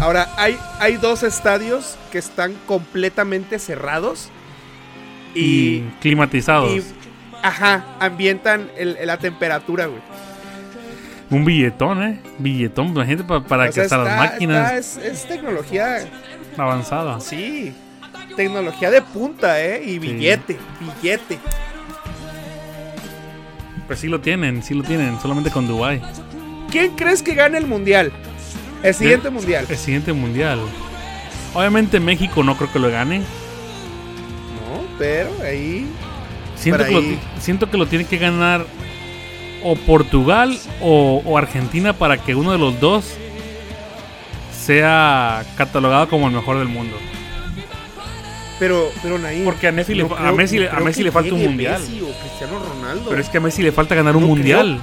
Speaker 5: Ahora, hay, hay dos estadios que están completamente cerrados
Speaker 4: Y,
Speaker 5: y.
Speaker 4: climatizados.
Speaker 5: y- ajá, ambientan el- la temperatura, güey.
Speaker 4: Un billetón, eh. Billetón, imagínate pa- para
Speaker 5: O
Speaker 4: que
Speaker 5: sea,
Speaker 4: hasta las
Speaker 5: Pues está- está-
Speaker 4: máquinas
Speaker 5: es, es tecnología,
Speaker 4: avanzadas.
Speaker 5: sí. Tecnología de punta, ¿eh? Y billete, billete.
Speaker 4: Pues sí lo tienen, sí lo tienen, solamente con Dubai.
Speaker 5: ¿Quién crees que gane el mundial? El siguiente mundial.
Speaker 4: El siguiente mundial. Obviamente México no creo que lo gane.
Speaker 5: No, pero ahí.
Speaker 4: Siento,
Speaker 5: Por
Speaker 4: que lo,
Speaker 5: ahí.
Speaker 4: ti- siento que lo tiene que ganar o Portugal o, o Argentina para que uno de los dos sea catalogado como el mejor del mundo.
Speaker 5: Pero, pero Naim.
Speaker 4: Porque a Messi le fa- a Messi le- a
Speaker 5: creo
Speaker 4: Messi
Speaker 5: que
Speaker 4: le falta un
Speaker 5: llegue
Speaker 4: mundial.
Speaker 5: Messi o Cristiano Ronaldo.
Speaker 4: Pero es que a Messi le falta ganar un
Speaker 5: No creo.
Speaker 4: mundial.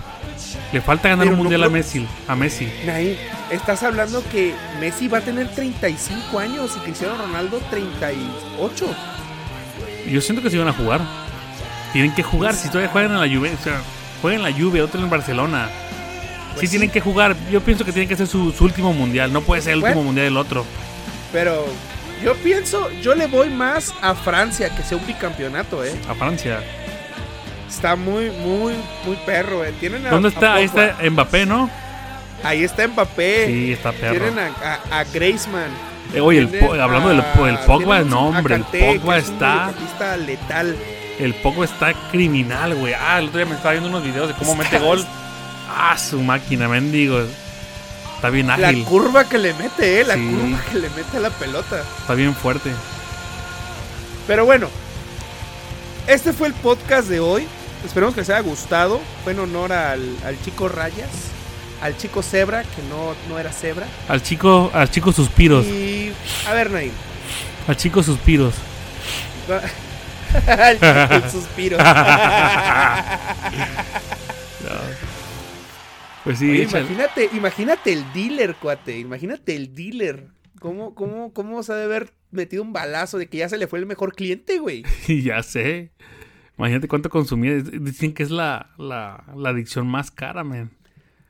Speaker 4: Le falta ganar
Speaker 5: Pero
Speaker 4: un
Speaker 5: no
Speaker 4: mundial a
Speaker 5: creo-
Speaker 4: Messi. A Messi.
Speaker 5: Naim, estás hablando que Messi va a tener 35 años y Cristiano Ronaldo 38.
Speaker 4: Yo siento que se iban a jugar. Tienen que jugar. Si todavía juegan en la Juve, o sea, juegan en la Juve, otro en Barcelona. Pues sí, tienen que jugar. Yo pienso que tiene que ser su, su último mundial. No puede ser el
Speaker 5: Bueno.
Speaker 4: último mundial del otro.
Speaker 5: Pero yo pienso, yo le voy más a Francia que sea un bicampeonato, ¿eh?
Speaker 4: A Francia.
Speaker 5: Está muy, muy, muy perro, ¿eh? Tienen a-
Speaker 4: ¿Dónde
Speaker 5: a
Speaker 4: está? Ahí
Speaker 5: Pogba.
Speaker 4: está Mbappé, ¿no?
Speaker 5: Ahí está Mbappé.
Speaker 4: Sí, está perro.
Speaker 5: Tienen a, a, a Griezmann.
Speaker 4: Eh, oye, el
Speaker 5: Tienen
Speaker 4: Po- hablando del,
Speaker 5: a-
Speaker 4: Po- el Pogba,
Speaker 5: tienen
Speaker 4: no,
Speaker 5: a
Speaker 4: hombre, el
Speaker 5: Kanté, que
Speaker 4: Pogba
Speaker 5: es un
Speaker 4: está.
Speaker 5: mediocampista letal.
Speaker 4: El Pogba está criminal, güey. Ah, el otro día me estaba viendo unos videos de cómo mete
Speaker 5: Está-
Speaker 4: gol. Ah, su máquina, mendigo. Está bien
Speaker 5: La
Speaker 4: ágil.
Speaker 5: curva que le mete, eh, la
Speaker 4: Sí.
Speaker 5: curva que le mete a la pelota.
Speaker 4: Está bien fuerte.
Speaker 5: Pero bueno, este fue el podcast de hoy. Esperemos que les haya gustado. Fue en honor al, al chico Rayas, al chico Zebra, que no, no era Zebra.
Speaker 4: Al chico, al chico suspiros.
Speaker 5: Y a ver, Naim.
Speaker 4: Al chico suspiros.
Speaker 5: al chico el suspiro.
Speaker 4: Pues sí,
Speaker 5: Oye,
Speaker 4: échale.
Speaker 5: imagínate, imagínate el dealer, cuate. Imagínate el dealer. ¿Cómo, cómo, ¿Cómo se ha de haber metido un balazo de que ya se le fue el mejor cliente, güey?
Speaker 4: ya sé. Imagínate cuánto consumía. Es- Dicen que es la, la, la adicción más cara, man.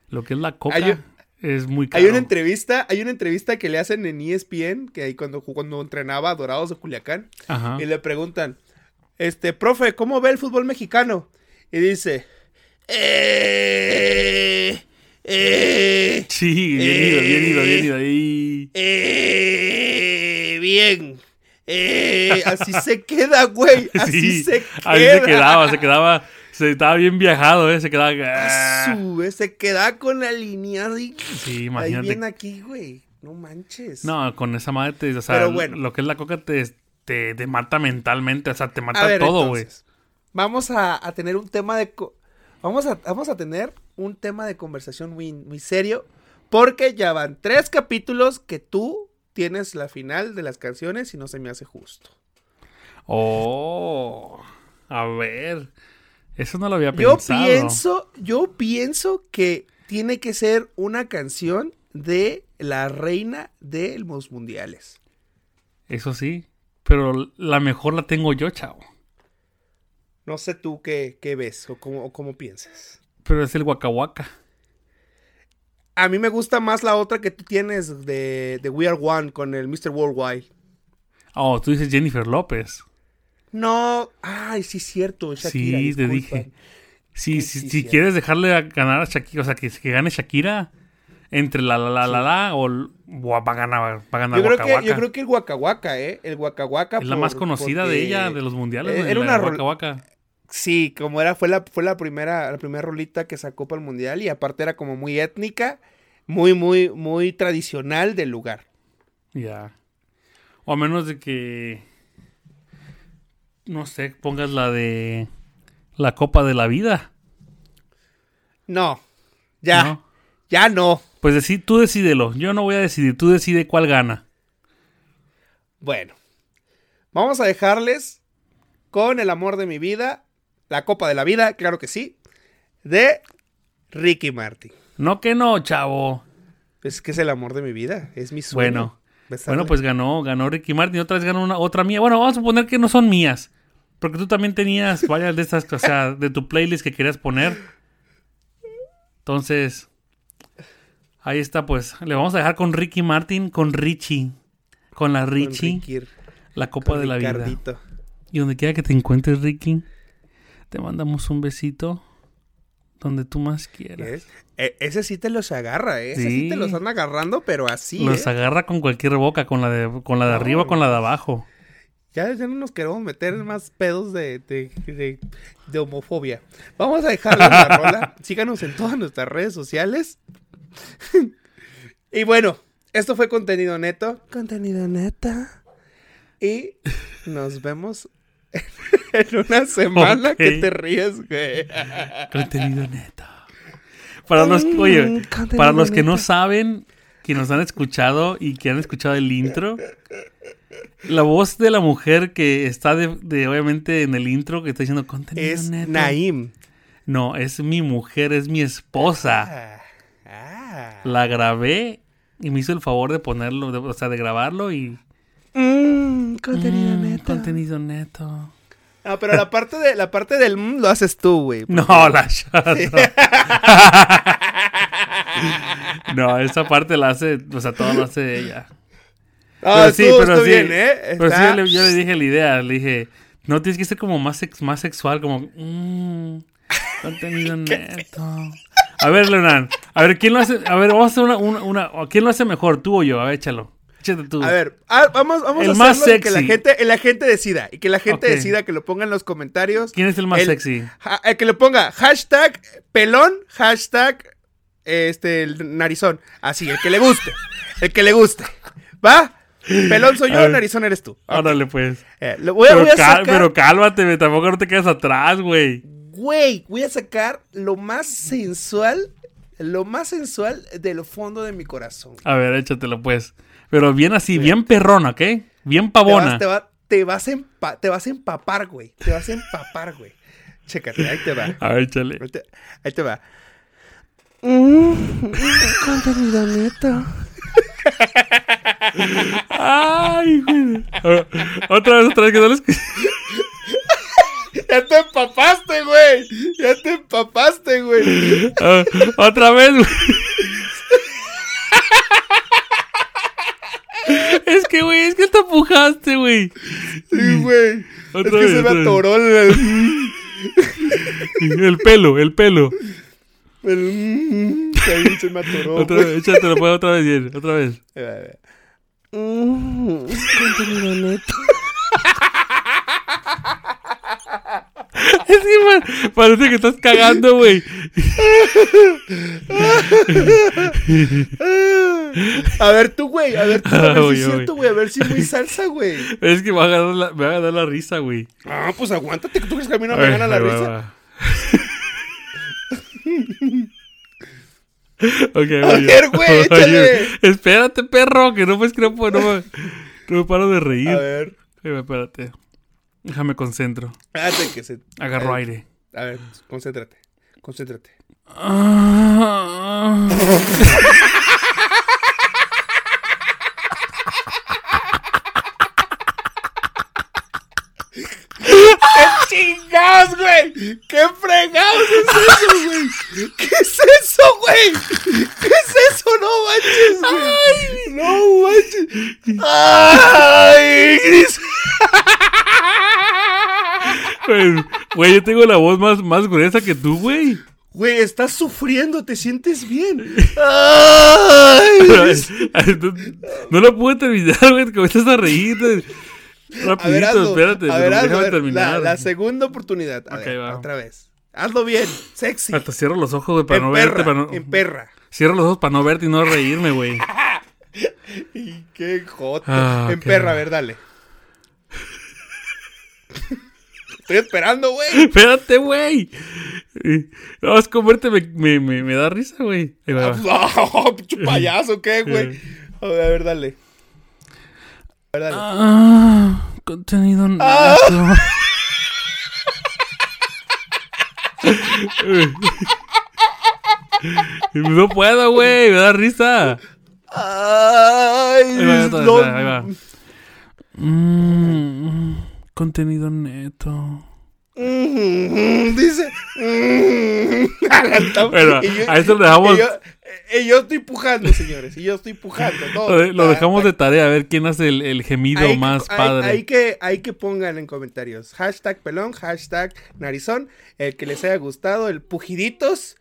Speaker 4: Lo que es la coca
Speaker 5: Hay un-
Speaker 4: es muy caro.
Speaker 5: Hay una entrevista, hay una entrevista que le hacen en E ESPN, que ahí cuando, jugó- cuando entrenaba a Dorados de Culiacán,
Speaker 4: Ajá.
Speaker 5: y le preguntan, este, profe, ¿cómo ve el fútbol mexicano? Y dice, eh, eh,
Speaker 4: Sí, bien ido, bien ido, bien ido. Y-
Speaker 5: eh, bien, eh, así se queda, güey, así
Speaker 4: Sí,
Speaker 5: se queda.
Speaker 4: ahí se quedaba, se quedaba. Se estaba bien viajado, ¿eh? Se quedaba.
Speaker 5: A su vez, se queda con la línea así,
Speaker 4: Sí,
Speaker 5: Ah, ahí
Speaker 4: imagínate.
Speaker 5: viene aquí, güey, no manches.
Speaker 4: No, con esa madre, te, o sea,
Speaker 5: Pero bueno.
Speaker 4: lo que es la coca te, te, te mata mentalmente, o sea, te
Speaker 5: A
Speaker 4: mata
Speaker 5: ver,
Speaker 4: todo, güey.
Speaker 5: entonces, vamos a, a tener un tema de... co- Vamos a, vamos a tener un tema de conversación muy, muy serio. Porque ya van tres capítulos que tú tienes la final de las canciones y no se me hace justo.
Speaker 4: Oh, a ver. Eso no lo había
Speaker 5: Yo
Speaker 4: pensado.
Speaker 5: pienso, yo pienso que tiene que ser una canción de la reina de los mundiales.
Speaker 4: Eso sí. Pero la mejor la tengo yo, chavo.
Speaker 5: No sé tú qué, qué ves o cómo, o cómo piensas.
Speaker 4: Pero es el Wakahuaca.
Speaker 5: A mí me gusta más la otra que tú tienes de, de We Are One con el Mr. Worldwide.
Speaker 4: Oh, tú dices Jennifer López.
Speaker 5: No, ay, sí es cierto, Shakira.
Speaker 4: sí, te
Speaker 5: disculpa.
Speaker 4: dije. Sí, sí,
Speaker 5: Que sí,
Speaker 4: si
Speaker 5: cierto.
Speaker 4: quieres dejarle a ganar a Shakira, o sea, que, que gane Shakira entre la la la la la o, l- o va a ganar, va a ganar
Speaker 5: Yo creo,
Speaker 4: Waka
Speaker 5: que, yo
Speaker 4: Waka.
Speaker 5: creo que el Huacahuaca, ¿eh? El Huacahuaca.
Speaker 4: es la
Speaker 5: por-
Speaker 4: más conocida
Speaker 5: porque-
Speaker 4: de ella, de los mundiales.
Speaker 5: eh,
Speaker 4: güey,
Speaker 5: era
Speaker 4: la
Speaker 5: una
Speaker 4: de
Speaker 5: rol-
Speaker 4: Waka Waka.
Speaker 5: Sí, como era, fue la, fue la primera, la primera rolita que sacó para el mundial y aparte era como muy étnica, muy, muy, muy tradicional del lugar.
Speaker 4: Ya. O a menos de que. No sé, pongas la de. La Copa de la Vida.
Speaker 5: No, ya,
Speaker 4: ¿no?
Speaker 5: ya no.
Speaker 4: Pues decir, tú decídelo. Yo no voy a decidir. Tú decide cuál gana.
Speaker 5: Bueno, vamos a dejarles con el amor de mi vida, la copa de la vida, claro que sí, de Ricky Martin.
Speaker 4: No que no, chavo.
Speaker 5: Es que es el amor de mi vida, es mi sueño.
Speaker 4: Bueno,
Speaker 5: besarla.
Speaker 4: Bueno, pues ganó, ganó Ricky Martin, otra vez ganó una, otra mía. Bueno, vamos a suponer que no son mías. Porque tú también tenías varias de estas, o sea, de tu playlist que querías poner. Entonces, ahí está, pues. Le vamos a dejar con Ricky Martin, con Richie. Con la
Speaker 5: Con
Speaker 4: Richie,
Speaker 5: Ricky,
Speaker 4: la copa
Speaker 5: con
Speaker 4: de la vida.
Speaker 5: Ricardito.
Speaker 4: Y donde quiera que te encuentres, Ricky, te mandamos un besito donde tú más quieras.
Speaker 5: ¿Ves? E- ese sí te los agarra, ¿eh? Ese sí.
Speaker 4: Sí.
Speaker 5: te los están agarrando, pero así.
Speaker 4: Los
Speaker 5: ¿eh?
Speaker 4: agarra con cualquier boca, con la de, con la de
Speaker 5: No,
Speaker 4: arriba, con la de abajo.
Speaker 5: Ya, ya no nos queremos meter en más pedos de, de- de- de homofobia. Vamos a dejarles la rola. Síganos en todas nuestras redes sociales. y bueno, esto fue contenido neto. Contenido neta. Y nos vemos en una semana
Speaker 4: Ok.
Speaker 5: que te ríes, güey.
Speaker 4: Contenido neto. Para los, oye,
Speaker 5: contenido
Speaker 4: para los que no
Speaker 5: neto.
Speaker 4: saben, que nos han escuchado y que han escuchado el intro, la voz de la mujer que está de, de, obviamente en el intro que está diciendo contenido
Speaker 5: Es
Speaker 4: neto.
Speaker 5: Naim.
Speaker 4: No, es mi mujer, es mi esposa.
Speaker 5: Ah, ah.
Speaker 4: La grabé y me hizo el favor de ponerlo, de- o sea, de grabarlo y
Speaker 5: Mm, contenido
Speaker 4: Mm,
Speaker 5: neto.
Speaker 4: contenido neto.
Speaker 5: No, pero la parte, de, la parte del mm lo haces tú, güey.
Speaker 4: No, la shot. No. No, esa parte la hace, o sea, todo lo hace ella.
Speaker 5: Ah, estuvo- estuvo
Speaker 4: sí,
Speaker 5: bien, ¿eh?
Speaker 4: pero sí,
Speaker 5: Está-
Speaker 4: le- yo le dije la idea, le dije, no tienes que ser como más, sex- más sexual, como, mmm, contenido neto. A ver, Leonan, a ver, ¿quién lo hace? A ver, vamos a hacer una, una, una- ¿quién lo hace mejor, tú o yo? A ver, échalo, échate tú.
Speaker 5: A ver, ah, vamos, vamos
Speaker 4: El
Speaker 5: a
Speaker 4: más
Speaker 5: hacerlo y que la
Speaker 4: sexy.
Speaker 5: gente, y la gente decida. Y que la gente
Speaker 4: Ok.
Speaker 5: decida, que lo ponga en los comentarios.
Speaker 4: ¿Quién es el más sexy?
Speaker 5: ja- eh, que le ponga hashtag pelón, hashtag este, el narizón. Así, el que le guste. el que le guste. ¿Va? Pelón soy
Speaker 4: A
Speaker 5: yo,
Speaker 4: ver.
Speaker 5: narizón eres tú.
Speaker 4: Órale, pues.
Speaker 5: Eh, lo voy, a-
Speaker 4: pero,
Speaker 5: voy a
Speaker 4: cal-
Speaker 5: sacar,
Speaker 4: pero cálmate, ve, tampoco no te quedas atrás, güey.
Speaker 5: güey, voy a sacar lo más sensual, lo más sensual del fondo de mi corazón.
Speaker 4: A ver, échatelo pues. Pero bien así, bien perrona, ¿ok? Bien pavona.
Speaker 5: Te vas, te, va- te vas a empa- te vas a empapar, güey. Te vas a empapar, güey. Chécate, ahí te va.
Speaker 4: A ver, échale.
Speaker 5: Ahí te, ahí te va.
Speaker 4: Ay, güey. A ver, Otra vez, otra vez que no les...
Speaker 5: Ya te empapaste, güey. Ya te empapaste, güey.
Speaker 4: A ver, Otra vez, güey. Es que, güey, es que te empujaste, güey.
Speaker 5: Sí, güey. Es
Speaker 4: Otra
Speaker 5: que
Speaker 4: vez,
Speaker 5: se me
Speaker 4: otra vez.
Speaker 5: atoró en el.
Speaker 4: El pelo, el pelo.
Speaker 5: el- ahí mm, se me atoró.
Speaker 4: Otra
Speaker 5: güey.
Speaker 4: vez, échatelo pues otra vez, bien. Otra vez.
Speaker 5: Ahí va, ahí va.
Speaker 4: Sí, pa- parece que estás cagando, güey.
Speaker 5: A ver tú, güey. A ver tú, a ver
Speaker 4: Oye,
Speaker 5: si es cierto, güey. A ver si es muy salsa, güey.
Speaker 4: Es que me va a dar la, me va a dar la risa, güey.
Speaker 5: Ah, pues aguántate. que ¿Tú crees que a mí no
Speaker 4: A
Speaker 5: me
Speaker 4: ver,
Speaker 5: gana la
Speaker 4: ahí va,
Speaker 5: risa?
Speaker 4: va. Ok,
Speaker 5: A
Speaker 4: voy yo.
Speaker 5: ver, güey,
Speaker 4: Voy yo.
Speaker 5: échale.
Speaker 4: Espérate, perro, que no pues que no puedo, no me, no me paro de reír.
Speaker 5: A ver.
Speaker 4: Ahí va, espérate. Déjame concentro.
Speaker 5: Espérate que se...
Speaker 4: Agarro aire.
Speaker 5: A ver, concéntrate. Concéntrate. ¡Chingados, güey! ¡Qué fregados es eso, güey! ¿Qué es eso, güey? ¿Qué es eso? No manches, güey. ¡Ay! ¡No manches! ¡Ay! Gris.
Speaker 4: Güey, Güey, yo tengo la voz más, más gruesa que tú, güey.
Speaker 5: Güey, estás sufriendo, te sientes bien. ¡Ay! Gris.
Speaker 4: No, no la pude terminar, güey, que me estás a reír. Rapidito,
Speaker 5: A ver, hazlo.
Speaker 4: espérate,
Speaker 5: a ver, hazlo,
Speaker 4: déjame
Speaker 5: a ver,
Speaker 4: terminar.
Speaker 5: La, la segunda oportunidad. A
Speaker 4: Ok,
Speaker 5: ver,
Speaker 4: va.
Speaker 5: otra vez. Hazlo bien, sexy.
Speaker 4: Hasta cierro los ojos, güey, para
Speaker 5: en
Speaker 4: no
Speaker 5: perra,
Speaker 4: verte, para no...
Speaker 5: en perra.
Speaker 4: Cierro los ojos para no verte y no reírme, güey.
Speaker 5: Y qué joto.
Speaker 4: Ah,
Speaker 5: en
Speaker 4: ok.
Speaker 5: perra, a ver, dale. Estoy esperando, güey.
Speaker 4: Espérate, güey. Eh, No, es comerte me, me, me, me da risa, güey. Ahí
Speaker 5: Ah,
Speaker 4: va,
Speaker 5: pues,
Speaker 4: va.
Speaker 5: No, pinche payaso, ¿qué, güey? A ver, a ver, dale. A ver, dale.
Speaker 4: Ah, contenido nato. No puedo, güey. Me da risa.
Speaker 5: Ay,
Speaker 4: Ahí va, otra vez,
Speaker 5: no.
Speaker 4: ahí va. Mm, contenido neto.
Speaker 5: Mm, dice. mm, a la tam-
Speaker 4: Bueno,
Speaker 5: y yo-
Speaker 4: a esto le dejamos-
Speaker 5: Y yo, y yo estoy pujando, señores. Y yo estoy pujando. no, Ah,
Speaker 4: Lo, de- lo
Speaker 5: ta-
Speaker 4: dejamos
Speaker 5: ta-
Speaker 4: de tarea. A ver quién hace el, el gemido
Speaker 5: Hay que-
Speaker 4: más
Speaker 5: hay-
Speaker 4: padre.
Speaker 5: Hay, que, hay que pongan en comentarios. Hashtag pelón, hashtag narizón. El que les haya gustado, el pujiditos,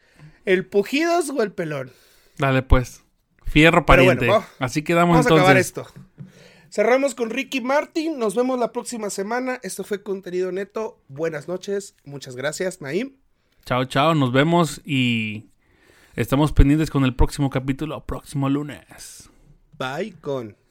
Speaker 5: el pujidos o el pelón.
Speaker 4: Dale, pues. Fierro
Speaker 5: Pero
Speaker 4: pariente.
Speaker 5: bueno, va.
Speaker 4: Así quedamos
Speaker 5: Vamos a
Speaker 4: entonces.
Speaker 5: acabar esto. Cerramos con Ricky Martin. Nos vemos la próxima semana. Esto fue contenido neto. Buenas noches. Muchas gracias, Naim.
Speaker 4: Chao, chao. Nos vemos y estamos pendientes con el próximo capítulo, próximo lunes.
Speaker 5: Bye con.